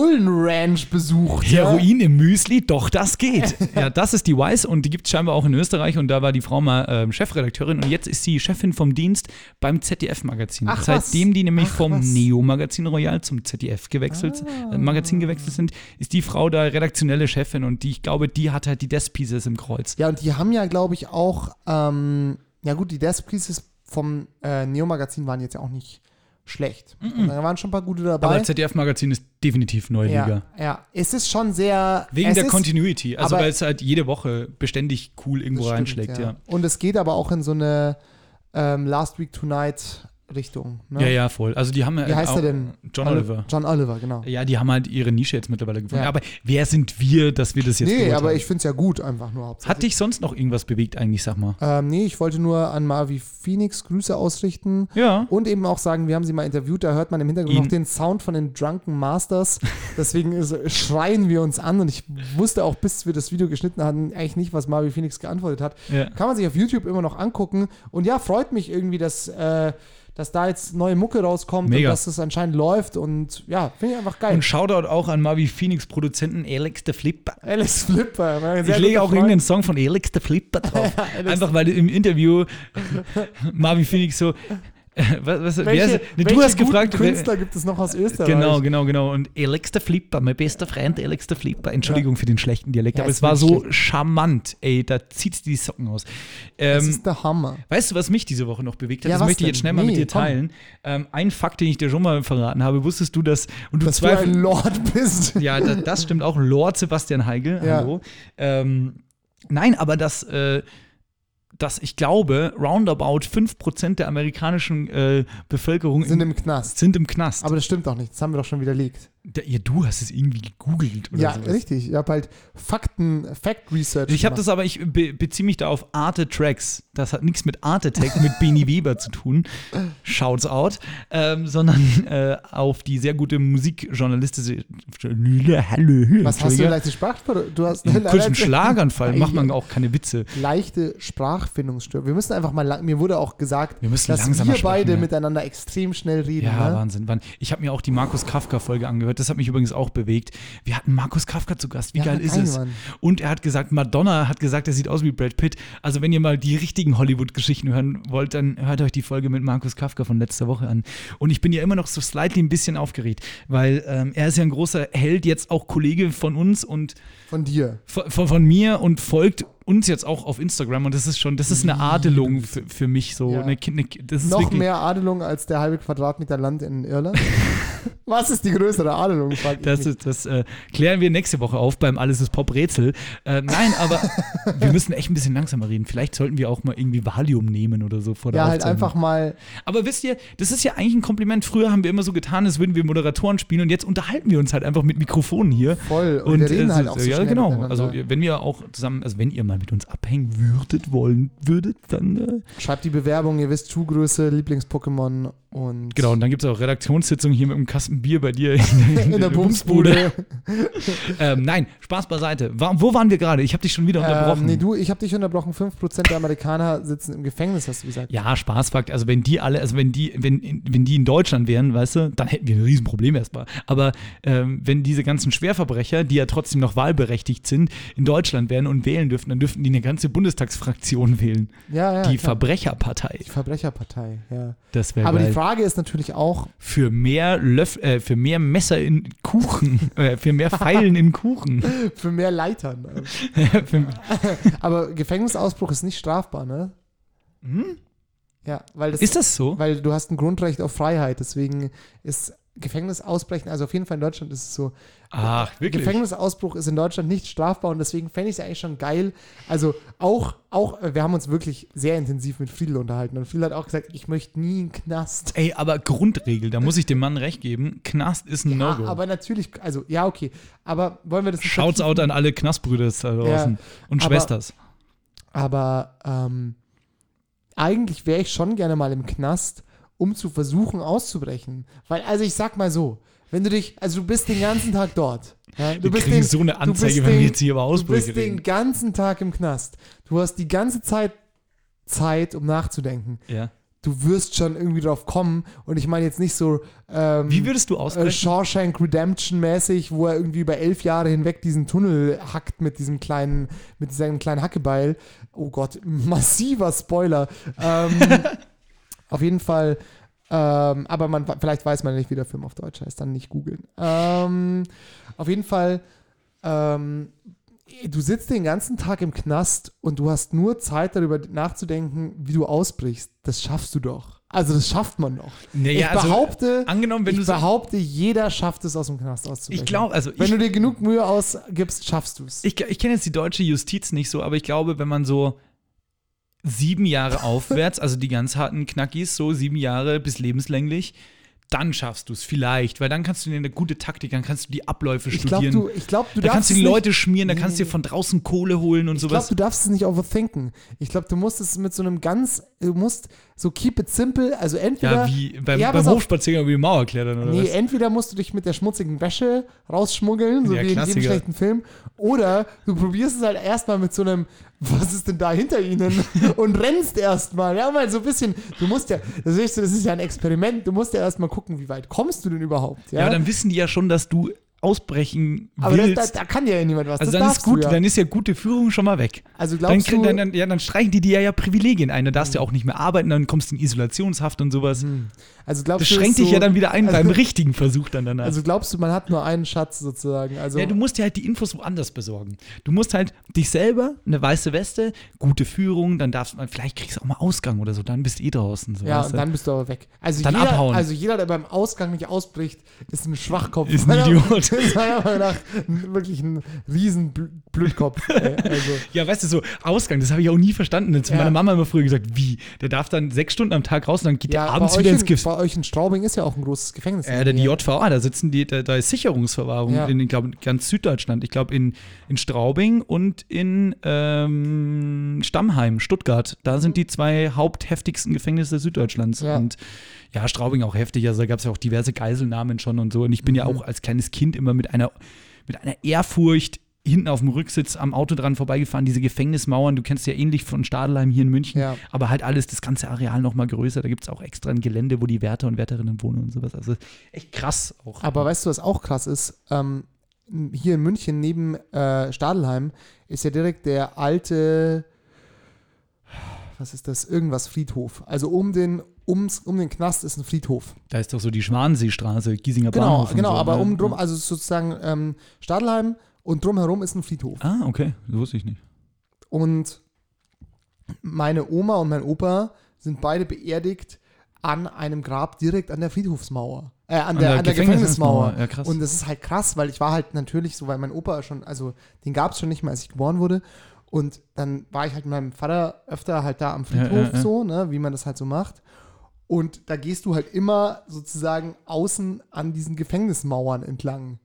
Bullenranch besucht. Ja. Heroin im Müsli, doch <laughs> das geht. ja, das ist die Wise und die gibt es scheinbar auch in Österreich und da war die Frau mal ähm, Chefredakteurin und jetzt ist sie Chefin vom Dienst beim ZDF-Magazin. Ach, was. Seitdem die nämlich Ach, vom was. Ah. Neo-Magazin Royal zum ZDF gewechselt, äh, Magazin gewechselt sind, ist die Frau da redaktionelle Chefin und die, ich glaube, die hat halt die Death Pieces im Kreuz. Ja, und die haben ja, glaube ich, auch, ähm, ja gut, die Death Pieces vom äh, Neo-Magazin waren jetzt ja auch nicht schlecht. Also, Da waren schon ein paar gute dabei. Aber ZDF-Magazin ist definitiv neue ja, Liga. ja, es ist schon sehr. Wegen es der ist- Continuity, also aber- weil es halt jede Woche beständig cool irgendwo Das stimmt, reinschlägt, ja. Und es geht aber auch in so eine ähm, Last Week Tonight Richtung. Ne? ja. Ja, voll. Also die haben Wie heißt er denn? John Oli- Oliver. John Oliver, genau. Ja, die haben halt ihre Nische jetzt mittlerweile gefunden. Ja. Aber wer sind wir, dass wir das jetzt Nee, beurteilen? aber ich finde es ja gut, einfach nur hauptsächlich. Hat dich sonst noch irgendwas bewegt eigentlich, sag mal? Ähm, nee, ich wollte nur an Marvi Phoenix Grüße ausrichten. Ja. Und eben auch sagen, wir haben sie mal interviewt, da hört man im Hintergrund Ihn- noch den Sound von den Drunken <laughs> Masters. Deswegen ist, schreien wir uns an und ich wusste auch, bis wir das Video geschnitten hatten, eigentlich nicht, was Marvi Phoenix geantwortet hat. Ja. Kann man sich auf YouTube immer noch angucken. Und ja, freut mich irgendwie, dass, äh, dass da jetzt neue Mucke rauskommt Mega. und dass das anscheinend läuft. Und ja, finde ich einfach geil. Und Shoutout auch an Mavi Phoenix Produzenten Alex the Flipper. Alex Flipper. mein sehr Ich lege guter auch Freund. irgendeinen Song von Alex <laughs> the Flipper drauf. Einfach weil im Interview Mavi Phoenix so. <laughs> äh, Was, was, wer Welche, ist, nee, welche du hast guten gefragt. wer- Künstler gibt es noch aus Österreich? Genau, genau, genau. Und Alex der Flipper, mein bester Freund Alex der Flipper. Entschuldigung für den schlechten Dialekt, Ja, aber ist es war wirklich so charmant. Ey, da zieht die Socken aus. Das Ähm, ist der Hammer. Weißt du, was mich diese Woche noch bewegt hat? Ja, das was möchte ich jetzt denn? schnell mal mit Nee, dir teilen. Ähm, ein Fakt, den ich dir schon mal verraten habe, wusstest du, dass und du dass du ein zweifelst. <laughs> Lord bist. Ja, da, das stimmt auch. Lord Sebastian Heigel. Ja. Hallo. Ähm, nein, aber dass, äh, dass ich glaube, roundabout 5% der amerikanischen äh, Bevölkerung Sind im, im Knast. sind im Knast. Aber das stimmt doch nicht. Das haben wir doch schon widerlegt. Da- ja, du hast es irgendwie gegoogelt oder ja, sowas. richtig. Ich habe halt Fakten, Fact Research. Also Ich habe gemacht. das aber, ich be beziehe mich da auf Arte Tracks. Das hat nichts mit Arte Tech, mit Beni Weber zu tun. Shouts out. Ähm, sondern äh, auf die sehr gute Musikjournalistische. Was Was hast du denn leichte Sprachverstörung? Du hast <laughs> eine Kurz einen Schlaganfall, macht man Ei. auch keine Witze. leichte Sprachfindungsstörung. Wir müssen einfach mal lang. Mir wurde auch gesagt, Wir müssen dass langsamer wir beide sprechen, ja. miteinander extrem schnell reden. Ja, ne? Wahnsinn. Wahnsinn. Ich habe mir auch die Markus Kafka-Folge angehört. gesagt, das hat mich übrigens auch bewegt. Wir hatten Markus Kafka zu Gast. Wie Ja, geil ist geil, es? Mann. Und er hat gesagt, Madonna hat gesagt, er sieht aus wie Brad Pitt. Also wenn ihr mal die richtigen Hollywood-Geschichten hören wollt, dann hört euch die Folge mit Markus Kafka von letzter Woche an. Und ich bin ja immer noch so slightly ein bisschen aufgeregt, weil ähm, er ist ja ein großer Held, jetzt auch Kollege von uns und Von dir. von, von, von mir und folgt uns jetzt auch auf Instagram und das ist schon, das ist eine Adelung für, für mich so. Ja. Eine, Ki- eine, Ki- das ist Noch wirklich, mehr Adelung als der halbe Quadratmeter Land in <laughs> Irland. Was ist die größere Adelung? frag ich Das, mich. ist, das äh, klären wir nächste Woche auf beim Alles ist Pop Rätsel. Äh, nein, aber wir müssen echt ein bisschen langsamer reden. Vielleicht sollten wir auch mal irgendwie Valium nehmen oder so vor der ja, halt Aufzeichnung. einfach mal Aber wisst ihr, das ist ja eigentlich ein Kompliment. Früher haben wir immer so getan, als würden wir Moderatoren spielen und jetzt unterhalten wir uns halt einfach mit Mikrofonen hier. Voll. Und wir reden äh, halt auch so Ja, schnell genau. miteinander. Also wenn wir auch zusammen, also wenn ihr mal mit uns abhängen würdet, wollen würdet, dann äh, Schreibt die Bewerbung, ihr wisst Schuhgröße, Lieblings-Pokémon und Genau, und dann gibt es auch Redaktionssitzungen hier mit einem Kasten Bier bei dir <laughs> <laughs> in, in der Bumsbude. <laughs> Ähm, nein, Spaß beiseite. Wa- wo waren wir gerade? Ich habe dich schon wieder unterbrochen. Ähm, nee, du, ich habe dich unterbrochen. 5% der Amerikaner sitzen im Gefängnis, hast du gesagt. ja, Spaßfakt. Also wenn die alle, also wenn die, wenn, wenn die in Deutschland wären, weißt du, dann hätten wir ein Riesenproblem erstmal. Aber ähm, wenn diese ganzen Schwerverbrecher, die ja trotzdem noch wahlberechtigt sind, in Deutschland wären und wählen dürften, dann dürften die eine ganze Bundestagsfraktion wählen. Ja, ja. die klar. Verbrecherpartei. die Verbrecherpartei, ja. Das wäre Aber die geil. Frage ist natürlich auch, Für mehr Löff, äh, für mehr Messer in Kuchen, <laughs> äh, für mehr Pfeilen in <laughs> Kuchen. für mehr Leitern. <laughs> für, <laughs> Aber Gefängnisausbruch ist nicht strafbar, ne? Ja, weil das, Hm? ist das so? weil du hast ein Grundrecht auf Freiheit, deswegen ist Gefängnisausbrechen, also auf jeden Fall in Deutschland ist es so, Ach, wirklich? Gefängnisausbruch ist in Deutschland nicht strafbar und deswegen fände ich es eigentlich schon geil. Also auch, auch, äh, wir haben uns wirklich sehr intensiv mit Friedel unterhalten und Friedel hat auch gesagt, ich möchte nie einen Knast. Ey, aber Grundregel, da muss ich dem Mann recht geben. Knast ist ein Ja, No-Go. aber natürlich, also ja, okay. Aber wollen wir das nicht Shouts vertiefen? out an alle Knastbrüder da draußen und aber- Schwesters. Aber ähm, eigentlich wäre ich schon gerne mal im Knast, um zu versuchen auszubrechen. Weil, also ich sag mal so, wenn du dich, also du bist den ganzen Tag dort. Ja, du Wir kriegen so eine du Anzeige, bist wenn wir jetzt hier über Ausbrüche Du bist reden. den ganzen Tag im Knast. Du hast die ganze Zeit Zeit, um nachzudenken. Ja. Du wirst schon irgendwie drauf kommen. Und ich meine jetzt nicht so ähm, Wie würdest du äh, ausbrechen? Shawshank Redemption mäßig, wo er irgendwie über elf Jahre hinweg diesen Tunnel hackt mit diesem kleinen, mit diesem kleinen Hackebeil. Oh Gott, massiver Spoiler. Ähm, <laughs> auf jeden Fall. Ähm, aber man, vielleicht weiß man nicht, wie der Film auf Deutsch heißt, dann nicht googeln. Ähm, auf jeden Fall, ähm, du sitzt den ganzen Tag im Knast und du hast nur Zeit darüber nachzudenken, wie du ausbrichst. Das schaffst du doch. Also das schafft man doch. Naja, ich also, behaupte, angenommen, wenn ich du so- behaupte, jeder schafft es aus dem Knast auszubrechen. Ich glaube, also wenn ich, du dir genug Mühe ausgibst, schaffst du es. ich, ich kenne jetzt die deutsche Justiz nicht so, aber ich glaube, wenn man so sieben Jahre aufwärts, also die ganz harten Knackis, so sieben Jahre bis lebenslänglich, dann schaffst du es vielleicht, weil dann kannst du dir eine gute Taktik, dann kannst du die Abläufe Ich studieren. glaube, du, ich glaub, du da darfst kannst du die es nicht- Leute schmieren, da Nee, kannst du dir nee. von draußen Kohle holen und Ich glaube, sowas. du darfst es nicht overthinken. Ich glaube, du musst es mit so einem ganz, du musst so keep it simple, also entweder. Ja, wie beim, Ja, beim pass auf. Hofspaziergang über die Mauer klettern oder Nee, was? entweder musst du dich mit der schmutzigen Wäsche rausschmuggeln, so Ja, wie in jedem Klassiker. schlechten Film, oder du probierst es halt erstmal mit so einem, was ist denn da hinter <laughs> ihnen? Und rennst erstmal. Ja, mal so ein bisschen, du musst ja, das ist, das ist ja ein Experiment, du musst ja erstmal gucken, wie weit kommst du denn überhaupt? Ja, aber dann wissen die ja schon, dass du ausbrechen Aber das, willst. da, da kann ja niemand was. also das dann ist darfst du gut, ja. dann ist ja gute Führung schon mal weg. Also Dann, glaubst krieg- du, Mhm. dann, dann, ja, dann streichen die dir ja Privilegien ein. Dann darfst du ja auch nicht mehr arbeiten, dann kommst du in Isolationshaft und sowas. also glaubst Das du, schränkt ist dich so, ja dann wieder ein beim richtigen Versuch dann danach. Also glaubst du, man hat nur einen Schatz sozusagen. Also ja, du musst dir halt die Infos woanders besorgen. Du musst halt dich selber, eine weiße Weste, gute Führung, dann darfst du mal, vielleicht kriegst du auch mal Ausgang oder so, dann bist du eh draußen. So, Ja, weißt und du? dann bist du aber weg. Also, Dann jeder, abhauen. also jeder, der beim Ausgang nicht ausbricht, ist ein Schwachkopf. Ist <laughs> ein Meiner- Idiot. Meiner Meinung nach ein- wirklich ein riesen Bl- Blödkopf. ey. also, Ja, weißt du, so Ausgang, das habe ich auch nie verstanden. Jetzt hat Ja. meine Mama immer früher gesagt, wie? Der darf dann sechs Stunden am Tag raus und dann geht ja, der abends bei, euch wieder ins in, Gift. bei euch in Straubing ist ja auch ein großes Gefängnis. Ja, da die JVA, da sitzen die, da, da ist Sicherungsverwahrung Ja. in, ich glaube, ganz Süddeutschland. Ich glaube, in, in Straubing und in ähm, Stammheim, Stuttgart. Da sind die zwei hauptheftigsten Gefängnisse Süddeutschlands. Ja. Und ja, Straubing auch heftig. Also da gab es ja auch Mhm. diverse Geiselnahmen schon und so. Und ich bin ja auch als kleines Kind immer mit einer, mit einer Ehrfurcht hinten auf dem Rücksitz am Auto dran vorbeigefahren, diese Gefängnismauern, du kennst ja ähnlich von Stadelheim hier in München, Ja. aber halt alles, das ganze Areal nochmal größer, da gibt es auch extra ein Gelände, wo die Wärter und Wärterinnen wohnen und sowas, also echt krass auch. Aber weißt du, was auch krass ist? Ähm, hier in München neben äh, Stadelheim ist ja direkt der alte, was ist das, irgendwas Friedhof. Also um den, ums, um den Knast ist ein Friedhof. da ist doch so die Schwanseestraße, Giesinger Genau, Bahnhof. und genau, so, aber ne? um drum, also es ist sozusagen ähm, Stadelheim und drumherum ist ein Friedhof. Ah, okay, das wusste ich nicht. Und meine Oma und mein Opa sind beide beerdigt an einem Grab direkt an der Friedhofsmauer. Äh, an, der, an der Gefängnismauer. Ja, krass. Und das ist halt krass, weil ich war halt natürlich so, weil mein Opa schon, also den gab es schon nicht mehr, als ich geboren wurde. Und dann war ich halt mit meinem Vater öfter halt da am Friedhof ja, ja. so, ne, wie man das halt so macht. Und da gehst du halt immer sozusagen außen an diesen Gefängnismauern entlang.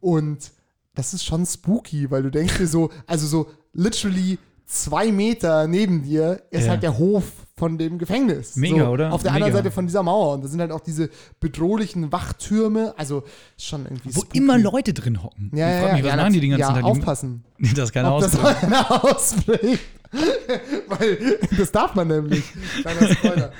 Und das ist schon spooky, weil du denkst dir so, also so literally zwei Meter neben dir ist Ja. halt der Hof von dem Gefängnis. Mega, so, oder? Auf der anderen Mega. Seite von dieser Mauer. Und da sind halt auch diese bedrohlichen Wachtürme. Also ist schon irgendwie wo spooky. immer Leute drin hocken. ja, ich ja, frag ja, mich, was ja, machen die den ganzen ja, Tag? Die- aufpassen. <laughs> Nee, Das kann Ob aus. das einer ausbricht. <laughs> Weil das darf man <laughs> nämlich. Kleiner Spoiler.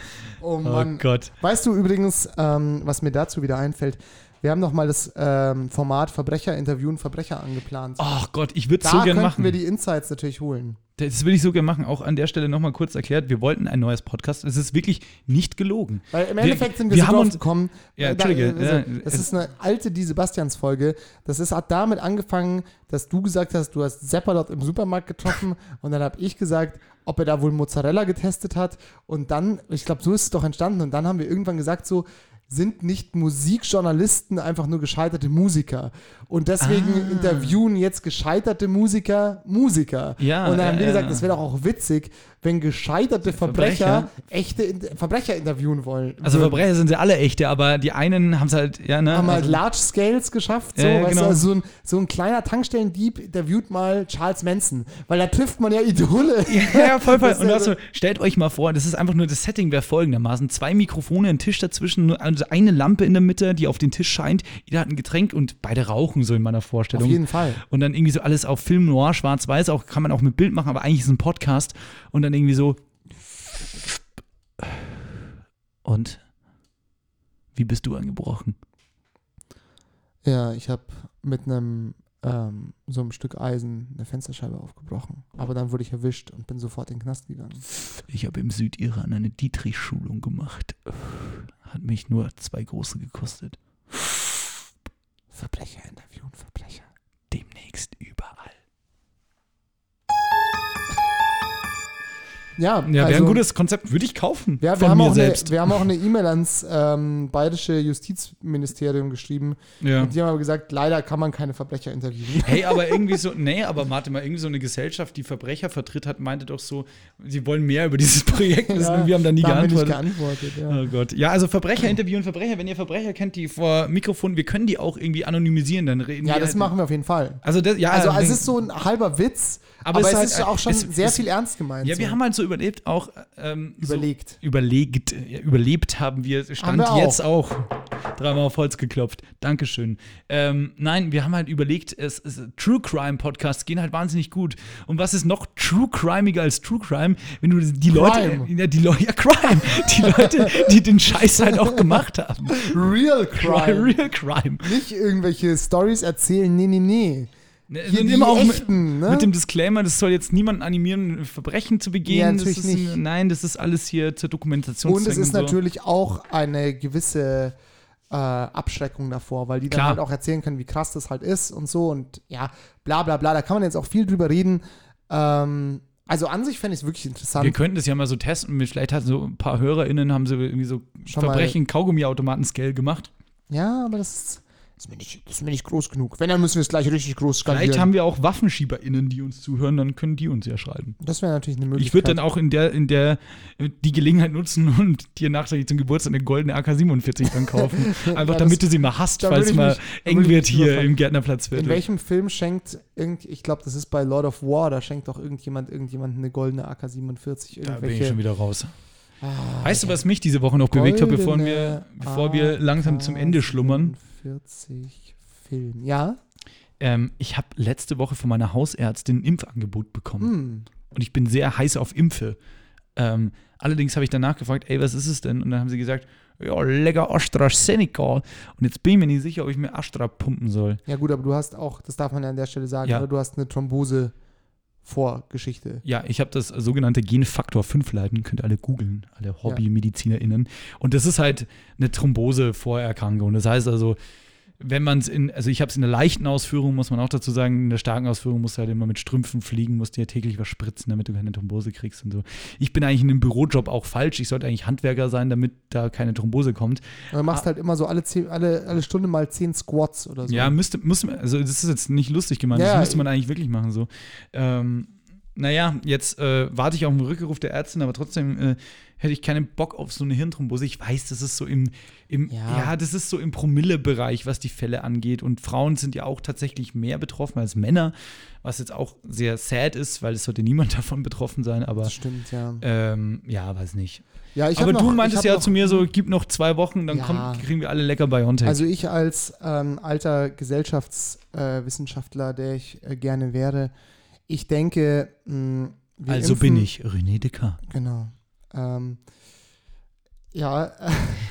Oh Oh <laughs> Mann. Gott. Weißt du übrigens, ähm, was mir dazu wieder einfällt? Wir haben noch mal das ähm, Format Verbrecher interviewen Verbrecher angeplant. Ach Oh Gott, ich würde da es so gern könnten machen. wir die Insights natürlich holen. Das will ich so gerne machen. Auch an der Stelle nochmal kurz erklärt, wir wollten ein neues Podcast. Es ist wirklich nicht gelogen. Weil im Endeffekt sind wir, so haben drauf uns, gekommen. Ja, äh, da, Entschuldige, also, ja, das es- ist eine alte Die Sebastians-Folge. Das ist, hat damit angefangen, dass du gesagt hast, du hast Zepper dort im Supermarkt <laughs> getroffen und dann habe ich gesagt, ob er da wohl Mozzarella getestet hat. Und dann, ich glaube, so ist es doch entstanden. Und dann haben wir irgendwann gesagt, so sind nicht Musikjournalisten einfach nur gescheiterte Musiker. Und deswegen Ah. interviewen jetzt gescheiterte Musiker Musiker. Ja, äh, und dann haben ja, wir gesagt, ja. das wäre doch auch witzig, wenn gescheiterte Verbrecher, echte In Verbrecher interviewen wollen. also würden. Verbrecher sind sie alle echte, aber die einen haben es halt, ja, ne? haben halt also, Large Scales geschafft. So, Ja, ja, weißt genau. du, also so, ein, so ein kleiner Tankstellendieb interviewt mal Charles Manson, weil da trifft man ja Idole. ja, ja, voll, voll. Das ist Und ja also, so- stellt euch mal vor, das ist einfach nur das Setting wäre folgendermaßen: zwei Mikrofone, ein Tisch dazwischen, nur- also eine Lampe in der Mitte, die auf den Tisch scheint. Jeder hat ein Getränk und beide rauchen so in meiner <laughs> Vorstellung. Auf jeden Fall. Und dann irgendwie so alles auf Film noir, schwarz-weiß, auch kann man auch mit Bild machen, aber eigentlich ist es ein Podcast. Und dann irgendwie so. Und wie bist du angebrochen? Ja, ich habe mit einem ähm, so einem Stück Eisen eine Fensterscheibe aufgebrochen. Aber dann wurde ich erwischt und bin sofort in den Knast gegangen. Ich habe im Südiran eine Dietrich-Schulung gemacht. Hat mich nur zwei große gekostet. Verbrecher interviewen, Verbrecher. Demnächst überall. Ja, Ja, wäre also- ein gutes Konzept, würde ich kaufen. Ja, wir, haben auch eine, wir haben auch eine E-Mail ans ähm, bayerische Justizministerium geschrieben. ja. Und die haben aber gesagt, leider kann man keine Verbrecher interviewen. Hey, aber irgendwie so, nee, aber warte mal, irgendwie so eine Gesellschaft, die Verbrecher vertritt hat, meinte doch so, sie wollen mehr über dieses Projekt wissen und wir haben da nie da haben wir nicht geantwortet. geantwortet. Ja. Oh Gott. Ja, also Verbrecher interviewen Verbrecher. Wenn ihr Verbrecher kennt, die vor Mikrofon, wir können die auch irgendwie anonymisieren, dann reden Ja, wir das halt- machen wir auf jeden Fall. Also, das, ja, Also, es wenn- ist so ein halber Witz, aber, Aber es es, ist halt- ist auch schon es- sehr es- viel ernst gemeint. Ja, wir so. haben halt so überlebt, auch ähm, überlegt. So überlegt, ja, überlebt haben wir, stand wir auch. jetzt auch. Dreimal auf Holz geklopft. Dankeschön. Ähm, nein, wir haben halt überlegt, es, es, True Crime Podcasts gehen halt wahnsinnig gut. Und was ist noch True Crimeiger als True Crime, wenn du die Leute, Crime. ja, die Leute, ja, Crime, die Leute, die den Scheiß halt auch gemacht haben. <laughs> Real Crime. Real Crime. Nicht irgendwelche Stories erzählen, nee, nee, nee. Hier die Äh, immer auch echten, mit, ne? mit dem Disclaimer, das soll jetzt niemanden animieren, Verbrechen zu begehen. Ja, das natürlich ist, nicht. Nein, das ist alles hier zur Dokumentation. Und es ist natürlich auch eine gewisse äh, Abschreckung davor, weil die Klar. dann halt auch erzählen können, wie krass das halt ist und so und ja, bla bla bla. Da kann man jetzt auch viel drüber reden. Ähm, also an sich fände ich es wirklich interessant. Wir könnten das ja mal so testen. mit- Vielleicht hatten so ein paar HörerInnen, haben sie irgendwie so Schon mal- Verbrechen Kaugummi-Automaten-Scale gemacht. ja, aber das ist, mir nicht, das ist mir nicht groß genug. Wenn, dann müssen wir es gleich richtig groß skalieren. Vielleicht haben wir auch WaffenschieberInnen, die uns zuhören, dann können die uns ja schreiben. das wäre natürlich eine Möglichkeit. Ich würde dann auch in der, in der die Gelegenheit nutzen und dir nachträglich zum Geburtstag eine goldene AK-47 <laughs> dann kaufen. Einfach das- damit du sie mal hast, da würde falls ich mal mich- da eng würde ich wird mich hier überfallen. im Gärtnerplatzviertel. In welchem Film schenkt irgend, ich glaube, das ist bei Lord of War, da schenkt doch irgendjemand irgendjemand eine goldene AK-47 Da bin ich schon irgendwelche. wieder raus. Ah, weißt du, was mich diese Woche noch bewegt hat, bevor wir, bevor wir langsam zum Ende schlummern? 40 Film. Ja, ähm, ich habe letzte Woche von meiner Hausärztin ein Impfangebot bekommen. Und ich bin sehr heiß auf Impfe. Ähm, allerdings habe ich danach gefragt, ey, was ist es denn? Und dann haben sie gesagt, ja, lecker AstraZeneca. Und jetzt bin ich mir nicht sicher, ob ich mir Astra pumpen soll. Ja, gut, aber du hast auch, das darf man ja an der Stelle sagen, Ja. oder? du hast eine Thrombose-Vorgeschichte. Ja, ich habe das sogenannte Genfaktor 5 Leiden, könnt ihr alle googeln, alle Hobby-MedizinerInnen. Und das ist halt eine Thrombose-Vorerkrankung. Das heißt also, wenn man es in, also ich habe es in der leichten Ausführung, muss man auch dazu sagen, in der starken Ausführung musst du halt immer mit Strümpfen fliegen, musst dir täglich was spritzen, damit du keine Thrombose kriegst und so. Ich bin eigentlich in dem Bürojob auch falsch. Ich sollte eigentlich Handwerker sein, damit da keine Thrombose kommt. Und du Ah. machst halt immer so alle, zehn, alle, alle Stunde mal 10 Squats oder so. Ja, müsste, müsste, man- also das ist jetzt nicht lustig gemeint, Ja, das müsste ich- man eigentlich wirklich machen so. Ähm, naja, jetzt äh, warte ich auf den Rückruf der Ärztin, aber trotzdem äh, hätte ich keinen Bock auf so eine Hirnthrombose. Ich weiß, das ist so im, im ja. Ja. das ist so im Promille-Bereich, was die Fälle angeht. Und Frauen sind ja auch tatsächlich mehr betroffen als Männer, was jetzt auch sehr sad ist, weil es sollte niemand <laughs> davon betroffen sein, aber Das stimmt, ja. ähm, ja, weiß nicht. ja ich hab aber du noch- ich meintest hab ja noch- zu mir so, gib noch zwei Wochen, dann Ja. kommt, kriegen wir alle lecker Biontech. Also ich als ähm, alter Gesellschaftswissenschaftler, äh, Wissenschaftler, der ich äh, gerne wäre, ich denke, mh, wir also impfen- bin ich René Descartes. Genau. Ähm, ja, <laughs>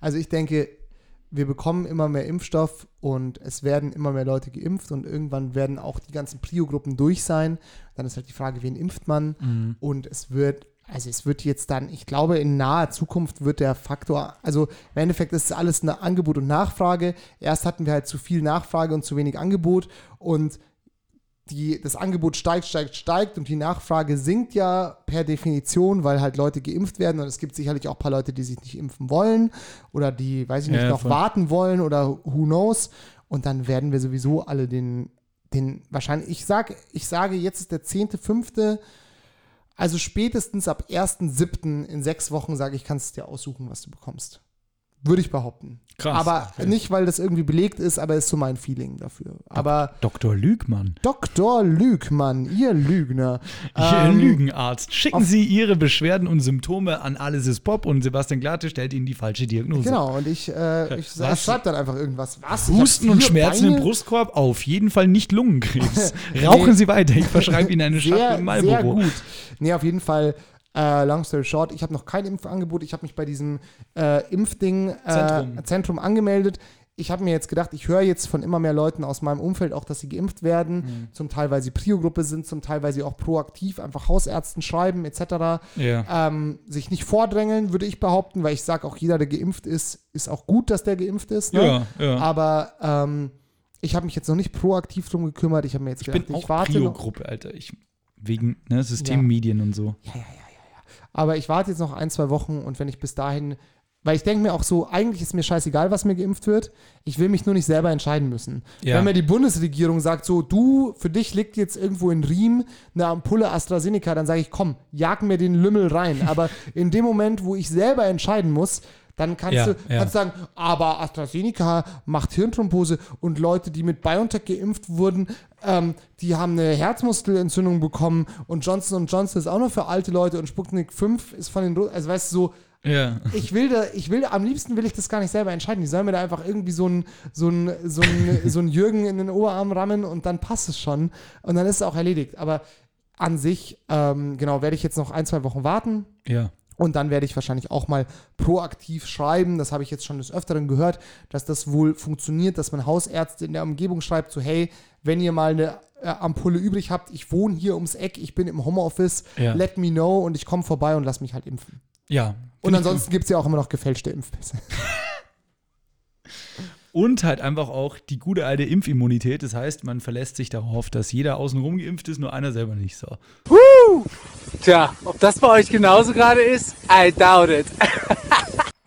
also ich denke, wir bekommen immer mehr Impfstoff und es werden immer mehr Leute geimpft und irgendwann werden auch die ganzen Prio-Gruppen durch sein. Dann ist halt die Frage, wen impft man? Und es wird, also es wird jetzt dann, ich glaube, in naher Zukunft wird der Faktor, also im Endeffekt ist es alles eine Angebot und Nachfrage. Erst hatten wir halt zu viel Nachfrage und zu wenig Angebot und die, das Angebot steigt, steigt, steigt und die Nachfrage sinkt ja per Definition, weil halt Leute geimpft werden und es gibt sicherlich auch ein paar Leute, die sich nicht impfen wollen oder die, weiß ich nicht, Ja, ja, noch voll. warten wollen oder who knows und dann werden wir sowieso alle den, den wahrscheinlich, ich, sag, ich sage, jetzt ist der 10.5., also spätestens ab 1.7. in sechs Wochen sage ich, kannst du dir aussuchen, was du bekommst. Würde ich behaupten. Krass. Aber nicht, weil das irgendwie belegt ist, aber ist so mein Feeling dafür. Aber Dr. Lügmann. Dr. Lügmann, ihr Lügner. Ihr Ähm, Lügenarzt. Schicken auf- Sie Ihre Beschwerden und Symptome an Alles ist Pop und Sebastian Glatte stellt Ihnen die falsche Diagnose. Genau, und ich, äh, ich Was? schreibe dann einfach irgendwas. Was? Ich hab Husten und vier Schmerzen Beine? im Brustkorb, auf jeden Fall <laughs> nicht Lungenkrebs. <laughs> Rauchen Nee. Sie weiter, ich verschreibe Ihnen eine <laughs> Schachtel Sehr, sehr Marlboro. gut. Nee, auf jeden Fall, äh, long story short, ich habe noch kein Impfangebot. Ich habe mich bei diesem äh, Impfding äh, Zentrum. Zentrum. angemeldet. Ich habe mir jetzt gedacht, ich höre jetzt von immer mehr Leuten aus meinem Umfeld auch, dass sie geimpft werden. Mhm. Zum Teil, weil sie Prio-Gruppe sind, zum Teil, weil sie auch proaktiv einfach Hausärzten schreiben, etc. Ja. ähm, sich nicht vordrängeln, würde ich behaupten, weil ich sage auch, jeder, der geimpft ist, ist auch gut, dass der geimpft ist. Ne? Ja, ja. Aber ähm, ich habe mich jetzt noch nicht proaktiv drum gekümmert. Ich habe mir jetzt Ich gedacht, bin auch ich warte noch, Prio-Gruppe, Alter. Ich, wegen ne, Systemmedien und so. aber ich warte jetzt noch ein, zwei Wochen und wenn ich bis dahin, weil ich denke mir auch so, eigentlich ist mir scheißegal, was mir geimpft wird. Ich will mich nur nicht selber entscheiden müssen. Ja. Wenn mir die Bundesregierung sagt, so, du, für dich liegt jetzt irgendwo in Riem eine Ampulle AstraZeneca, dann sage ich, komm, jag mir den Lümmel rein. Aber in dem Moment, wo ich selber entscheiden muss, dann kannst Ja, du ja. kannst sagen, aber AstraZeneca macht Hirnthrombose und Leute, die mit BioNTech geimpft wurden, ähm, die haben eine Herzmuskelentzündung bekommen und Johnson Johnson ist auch nur für alte Leute und Sputnik 5 ist von den, Ru- also weißt du, so, Ja. ich will da, ich will, am liebsten will ich das gar nicht selber entscheiden. Die sollen mir da einfach irgendwie so einen so einen, so einen, <laughs> so einen Jürgen in den Oberarm rammen und dann passt es schon. Und dann ist es auch erledigt. Aber an sich, ähm, genau, werde ich jetzt noch ein, zwei Wochen warten. Ja. Und dann werde ich wahrscheinlich auch mal proaktiv schreiben. Das habe ich jetzt schon des Öfteren gehört, dass das wohl funktioniert, dass man Hausärzte in der Umgebung schreibt, so hey, wenn ihr mal eine äh, Ampulle übrig habt, ich wohne hier ums Eck, ich bin im Homeoffice, Ja. let me know und ich komme vorbei und lass mich halt impfen. ja. Und ansonsten gibt es ja auch immer noch gefälschte Impfpässe. <laughs> Und halt einfach auch die gute alte Impfimmunität. Das heißt, man verlässt sich darauf, dass jeder außenrum geimpft ist, nur einer selber nicht so. Tja, ob das bei euch genauso gerade ist, I doubt it.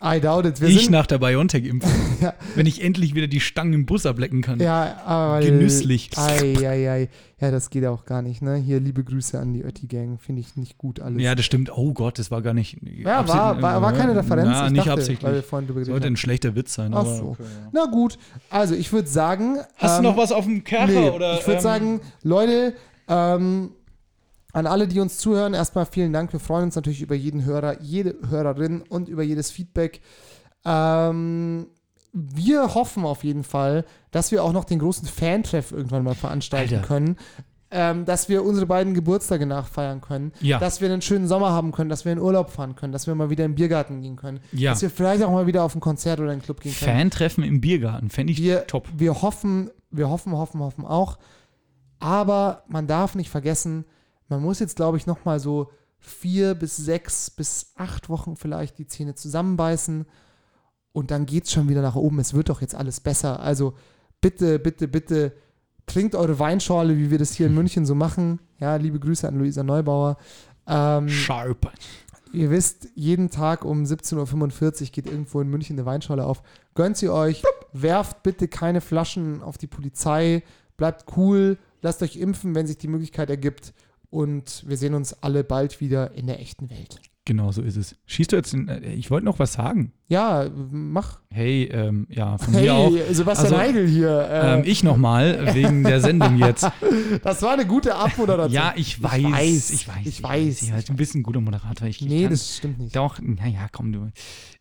I doubt it. Wir ich sind, nach der BioNTech-Impfung. <laughs> Wenn ich endlich wieder die Stangen im Bus ablecken kann. ja, aber, Genüsslich. Ei, ei, ei. Ja, das geht auch gar nicht. Ne? Hier liebe Grüße an die Ötti-Gang. Finde ich nicht gut alles. Ja, das stimmt. Oh Gott, das war gar nicht. Ja, war, war, war keine Referenz. Na, ich nicht dachte, Weil wir absichtlich. vorhin drüber geredet Sollte ein schlechter Witz sein. Ach aber so. okay. Na gut, also ich würde sagen. Hast ähm, du noch was auf dem Kercher? nee, oder, ich würde ähm, sagen, Leute, ähm, an alle, die uns zuhören, erstmal vielen Dank. Wir freuen uns natürlich über jeden Hörer, jede Hörerin und über jedes Feedback. Ähm, wir hoffen auf jeden Fall, dass wir auch noch den großen Fantreff irgendwann mal veranstalten Alter. können. Ähm, dass wir unsere beiden Geburtstage nachfeiern können. Ja. Dass wir einen schönen Sommer haben können, dass wir in Urlaub fahren können, dass wir mal wieder in den Biergarten gehen können. Ja. Dass wir vielleicht auch mal wieder auf ein Konzert oder einen Club gehen können. Fan-Treffen im Biergarten, fände ich wir, top. Wir hoffen, wir hoffen, hoffen, hoffen auch. Aber man darf nicht vergessen, man muss jetzt, glaube ich, nochmal so vier bis sechs bis acht Wochen vielleicht die Zähne zusammenbeißen und dann geht es schon wieder nach oben. Es wird doch jetzt alles besser. Also bitte, bitte, bitte trinkt eure Weinschorle, wie wir das hier in München so machen. Ja, liebe Grüße an Luisa Neubauer. Ähm, Sharp. Ihr wisst, jeden Tag um 17.45 Uhr geht irgendwo in München eine Weinschale auf. Gönnt sie euch, werft bitte keine Flaschen auf die Polizei, bleibt cool, lasst euch impfen, wenn sich die Möglichkeit ergibt. Und wir sehen uns alle bald wieder in der echten Welt. Genau so ist es. Schießt du jetzt in, äh, Ich wollte noch was sagen. Ja, mach. Hey, ähm, ja, von Hey, mir auch. Sebastian Also, Heigl hier. Äh, Ähm, ich nochmal, wegen der <laughs> Sendung jetzt. das war eine gute Abmoderation. <laughs> Ja, ich weiß. weiß, Ich weiß. ich weiß, Ich ich weiß. Du bist ein guter Moderator. Ich, ich nee, kann- das stimmt nicht. Doch, naja, komm du.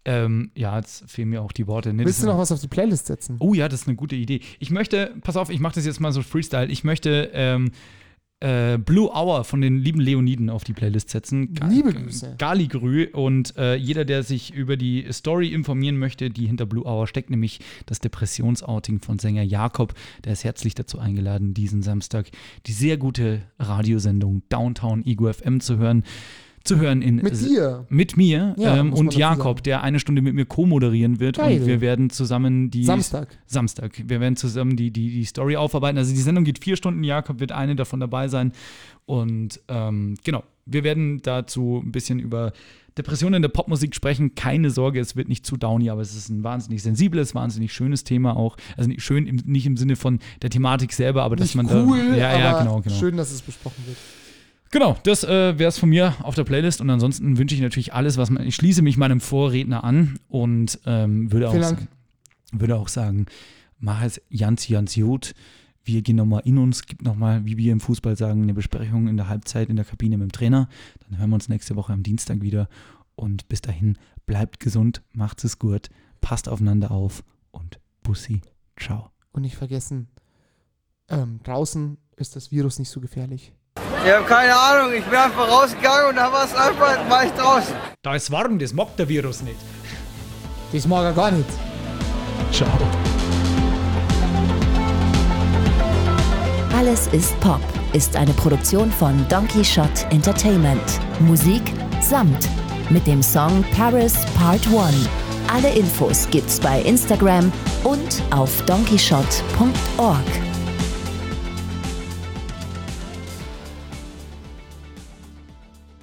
Ähm, ja, jetzt fehlen mir auch die Worte. Nee, Willst das- du noch was auf die Playlist setzen? Oh ja, das ist eine gute Idee. Ich möchte, pass auf, ich mache das jetzt mal so Freestyle. Ich möchte ähm, äh, Blue Hour von den lieben Leoniden auf die Playlist setzen. Ga- Liebe Grüße. Galigrü und äh, jeder, der sich über die Story informieren möchte, die hinter Blue Hour steckt, nämlich das Depressionsouting von Sänger Jakob, der ist herzlich dazu eingeladen, diesen Samstag die sehr gute Radiosendung Downtown Ego FM zu hören. Zu hören in Mit dir. mit mir Ja, ähm, muss man und dazu Jakob, sagen. der eine Stunde mit mir co-moderieren wird. Geil. Und wir werden zusammen die. Samstag. Samstag. Wir werden zusammen die, die, die Story aufarbeiten. Also die Sendung geht vier Stunden. Jakob wird eine davon dabei sein. Und ähm, genau, wir werden dazu ein bisschen über Depressionen in der Popmusik sprechen. Keine Sorge, es wird nicht zu downy, aber es ist ein wahnsinnig sensibles, wahnsinnig schönes Thema auch. Also nicht schön, im, nicht im Sinne von der Thematik selber, aber Nicht dass man cool, da. Ja, ja, aber genau, genau. schön, dass es besprochen wird. Genau, das äh, wäre es von mir auf der Playlist. Und ansonsten wünsche ich natürlich alles, was man. Ich schließe mich meinem Vorredner an und ähm, würde, auch, Vielen sagen- Dank. würde auch sagen, mach es ganz, ganz gut. Wir gehen nochmal in uns, gibt nochmal, wie wir im Fußball sagen, eine Besprechung in der Halbzeit in der Kabine mit dem Trainer. Dann hören wir uns nächste Woche am Dienstag wieder. Und bis dahin, bleibt gesund, macht es gut, passt aufeinander auf und Bussi, ciao. Und nicht vergessen, ähm, draußen ist das Virus nicht so gefährlich. Ich habe keine Ahnung, ich bin einfach rausgegangen und da war es einfach, war ich draußen. Da ist warm, das mag der Virus nicht. Das mag er gar nicht. Ciao. Alles ist Pop ist eine Produktion von Donkey Shot Entertainment. Musik samt mit dem Song Paris Part 1. Alle Infos gibt's bei Instagram und auf donkeyshot.org.